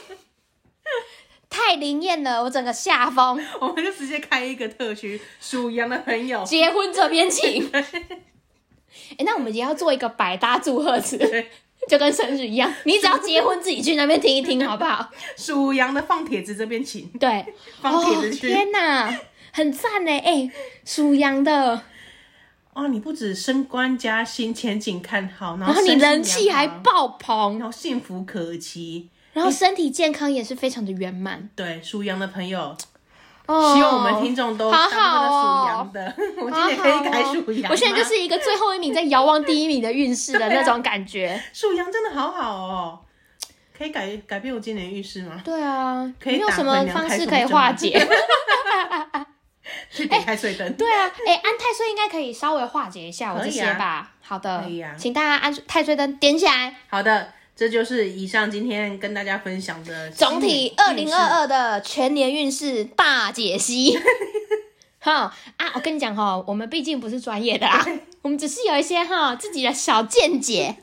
[SPEAKER 2] 太灵验了，我整个吓疯。
[SPEAKER 1] 我们就直接开一个特区，属羊的朋 友，
[SPEAKER 2] 结婚这边请。 哎、那我们也要做一个百搭祝贺词， 就跟生日一样，你只要结婚自己去那边听一听，好 不好？
[SPEAKER 1] 属羊的放帖子这边请，
[SPEAKER 2] 对，
[SPEAKER 1] 放帖
[SPEAKER 2] 哦
[SPEAKER 1] 子去。
[SPEAKER 2] 天哪，很赞呢！哎、属羊的，
[SPEAKER 1] 哦，你不止升官加薪，前景看好，然
[SPEAKER 2] 然后
[SPEAKER 1] 后
[SPEAKER 2] 你
[SPEAKER 1] 生意
[SPEAKER 2] 人气
[SPEAKER 1] 良好哦
[SPEAKER 2] 还爆棚
[SPEAKER 1] 然，后幸福可期。
[SPEAKER 2] 然后身体健康也是非常的圆满。
[SPEAKER 1] 对，属羊的朋友，
[SPEAKER 2] 哦，
[SPEAKER 1] 希望我们听众都
[SPEAKER 2] 好
[SPEAKER 1] 大部
[SPEAKER 2] 好
[SPEAKER 1] 分都
[SPEAKER 2] 哦
[SPEAKER 1] 属羊的， 我今天可以改属羊吗。
[SPEAKER 2] 我现在 就是一个最后一名在遥望第一名的运势的那种 感觉。
[SPEAKER 1] 属羊，真的好好哦。可以改改变我今年的运势吗？
[SPEAKER 2] 对啊，
[SPEAKER 1] 可以
[SPEAKER 2] 没有
[SPEAKER 1] 打
[SPEAKER 2] 什么
[SPEAKER 1] 回娘
[SPEAKER 2] 方
[SPEAKER 1] 胎
[SPEAKER 2] 式
[SPEAKER 1] 素
[SPEAKER 2] 可以
[SPEAKER 1] 症
[SPEAKER 2] 化
[SPEAKER 1] 吗
[SPEAKER 2] 解。
[SPEAKER 1] 去点开水灯。
[SPEAKER 2] 对啊，哎、安太岁应该可以稍微化解一下我
[SPEAKER 1] 可
[SPEAKER 2] 这
[SPEAKER 1] 以
[SPEAKER 2] 些
[SPEAKER 1] 啊
[SPEAKER 2] 吧。好的，
[SPEAKER 1] 可以啊
[SPEAKER 2] 请大家安太岁灯点起来。
[SPEAKER 1] 好的，这就是以上今天跟大家分享的
[SPEAKER 2] 总体二
[SPEAKER 1] 新年运
[SPEAKER 2] 零
[SPEAKER 1] 势
[SPEAKER 2] 二二的全年运势大解析。 哈啊，我跟你讲哈、我们毕竟不是专业的啦，我们只是有一些哈、自己的小 见解，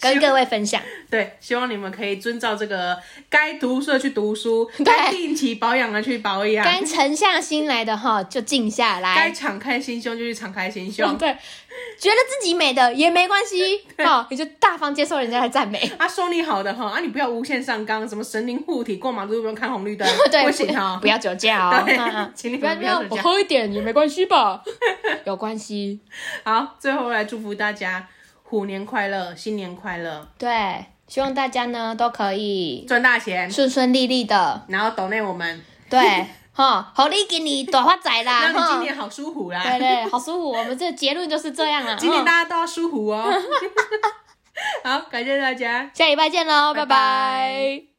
[SPEAKER 2] 跟各位分享。
[SPEAKER 1] 对，希望你们可以遵照这个该读书的去读书，
[SPEAKER 2] 对
[SPEAKER 1] 该定期保养的去保养，
[SPEAKER 2] 该沉下心来的哈、就静下来
[SPEAKER 1] 该。敞开心胸就去敞开心
[SPEAKER 2] 哦
[SPEAKER 1] 胸。
[SPEAKER 2] 对，觉得自己美的也没 关系哦，你就大方接受人家的赞美。，
[SPEAKER 1] 啊，说你好的哈，啊，你不要无限上纲，什么神灵护体，过马路不用看红绿灯
[SPEAKER 2] 对，
[SPEAKER 1] 不行哈、
[SPEAKER 2] 不要酒驾哦，
[SPEAKER 1] 对
[SPEAKER 2] 嗯嗯
[SPEAKER 1] 请你
[SPEAKER 2] 不要
[SPEAKER 1] 们不要酒驾
[SPEAKER 2] 我喝一点也没关系吧？ 有关系，
[SPEAKER 1] 好，最后来祝福大家虎年快乐，新年快乐，
[SPEAKER 2] 对，希望大家呢都可以
[SPEAKER 1] 赚大钱，
[SPEAKER 2] 顺顺利利的，
[SPEAKER 1] 然后抖内我们，
[SPEAKER 2] 对， 哈，好利给你大发财 啦，
[SPEAKER 1] 让你今
[SPEAKER 2] 哈，
[SPEAKER 1] 年好舒服啦。
[SPEAKER 2] 对对，好舒服，我们这个结论就是这样啊，
[SPEAKER 1] 今年
[SPEAKER 2] 哈
[SPEAKER 1] 大家都要 舒服哦。好，感谢大家。
[SPEAKER 2] 下礼拜见喽，拜
[SPEAKER 1] 拜
[SPEAKER 2] 拜
[SPEAKER 1] 拜。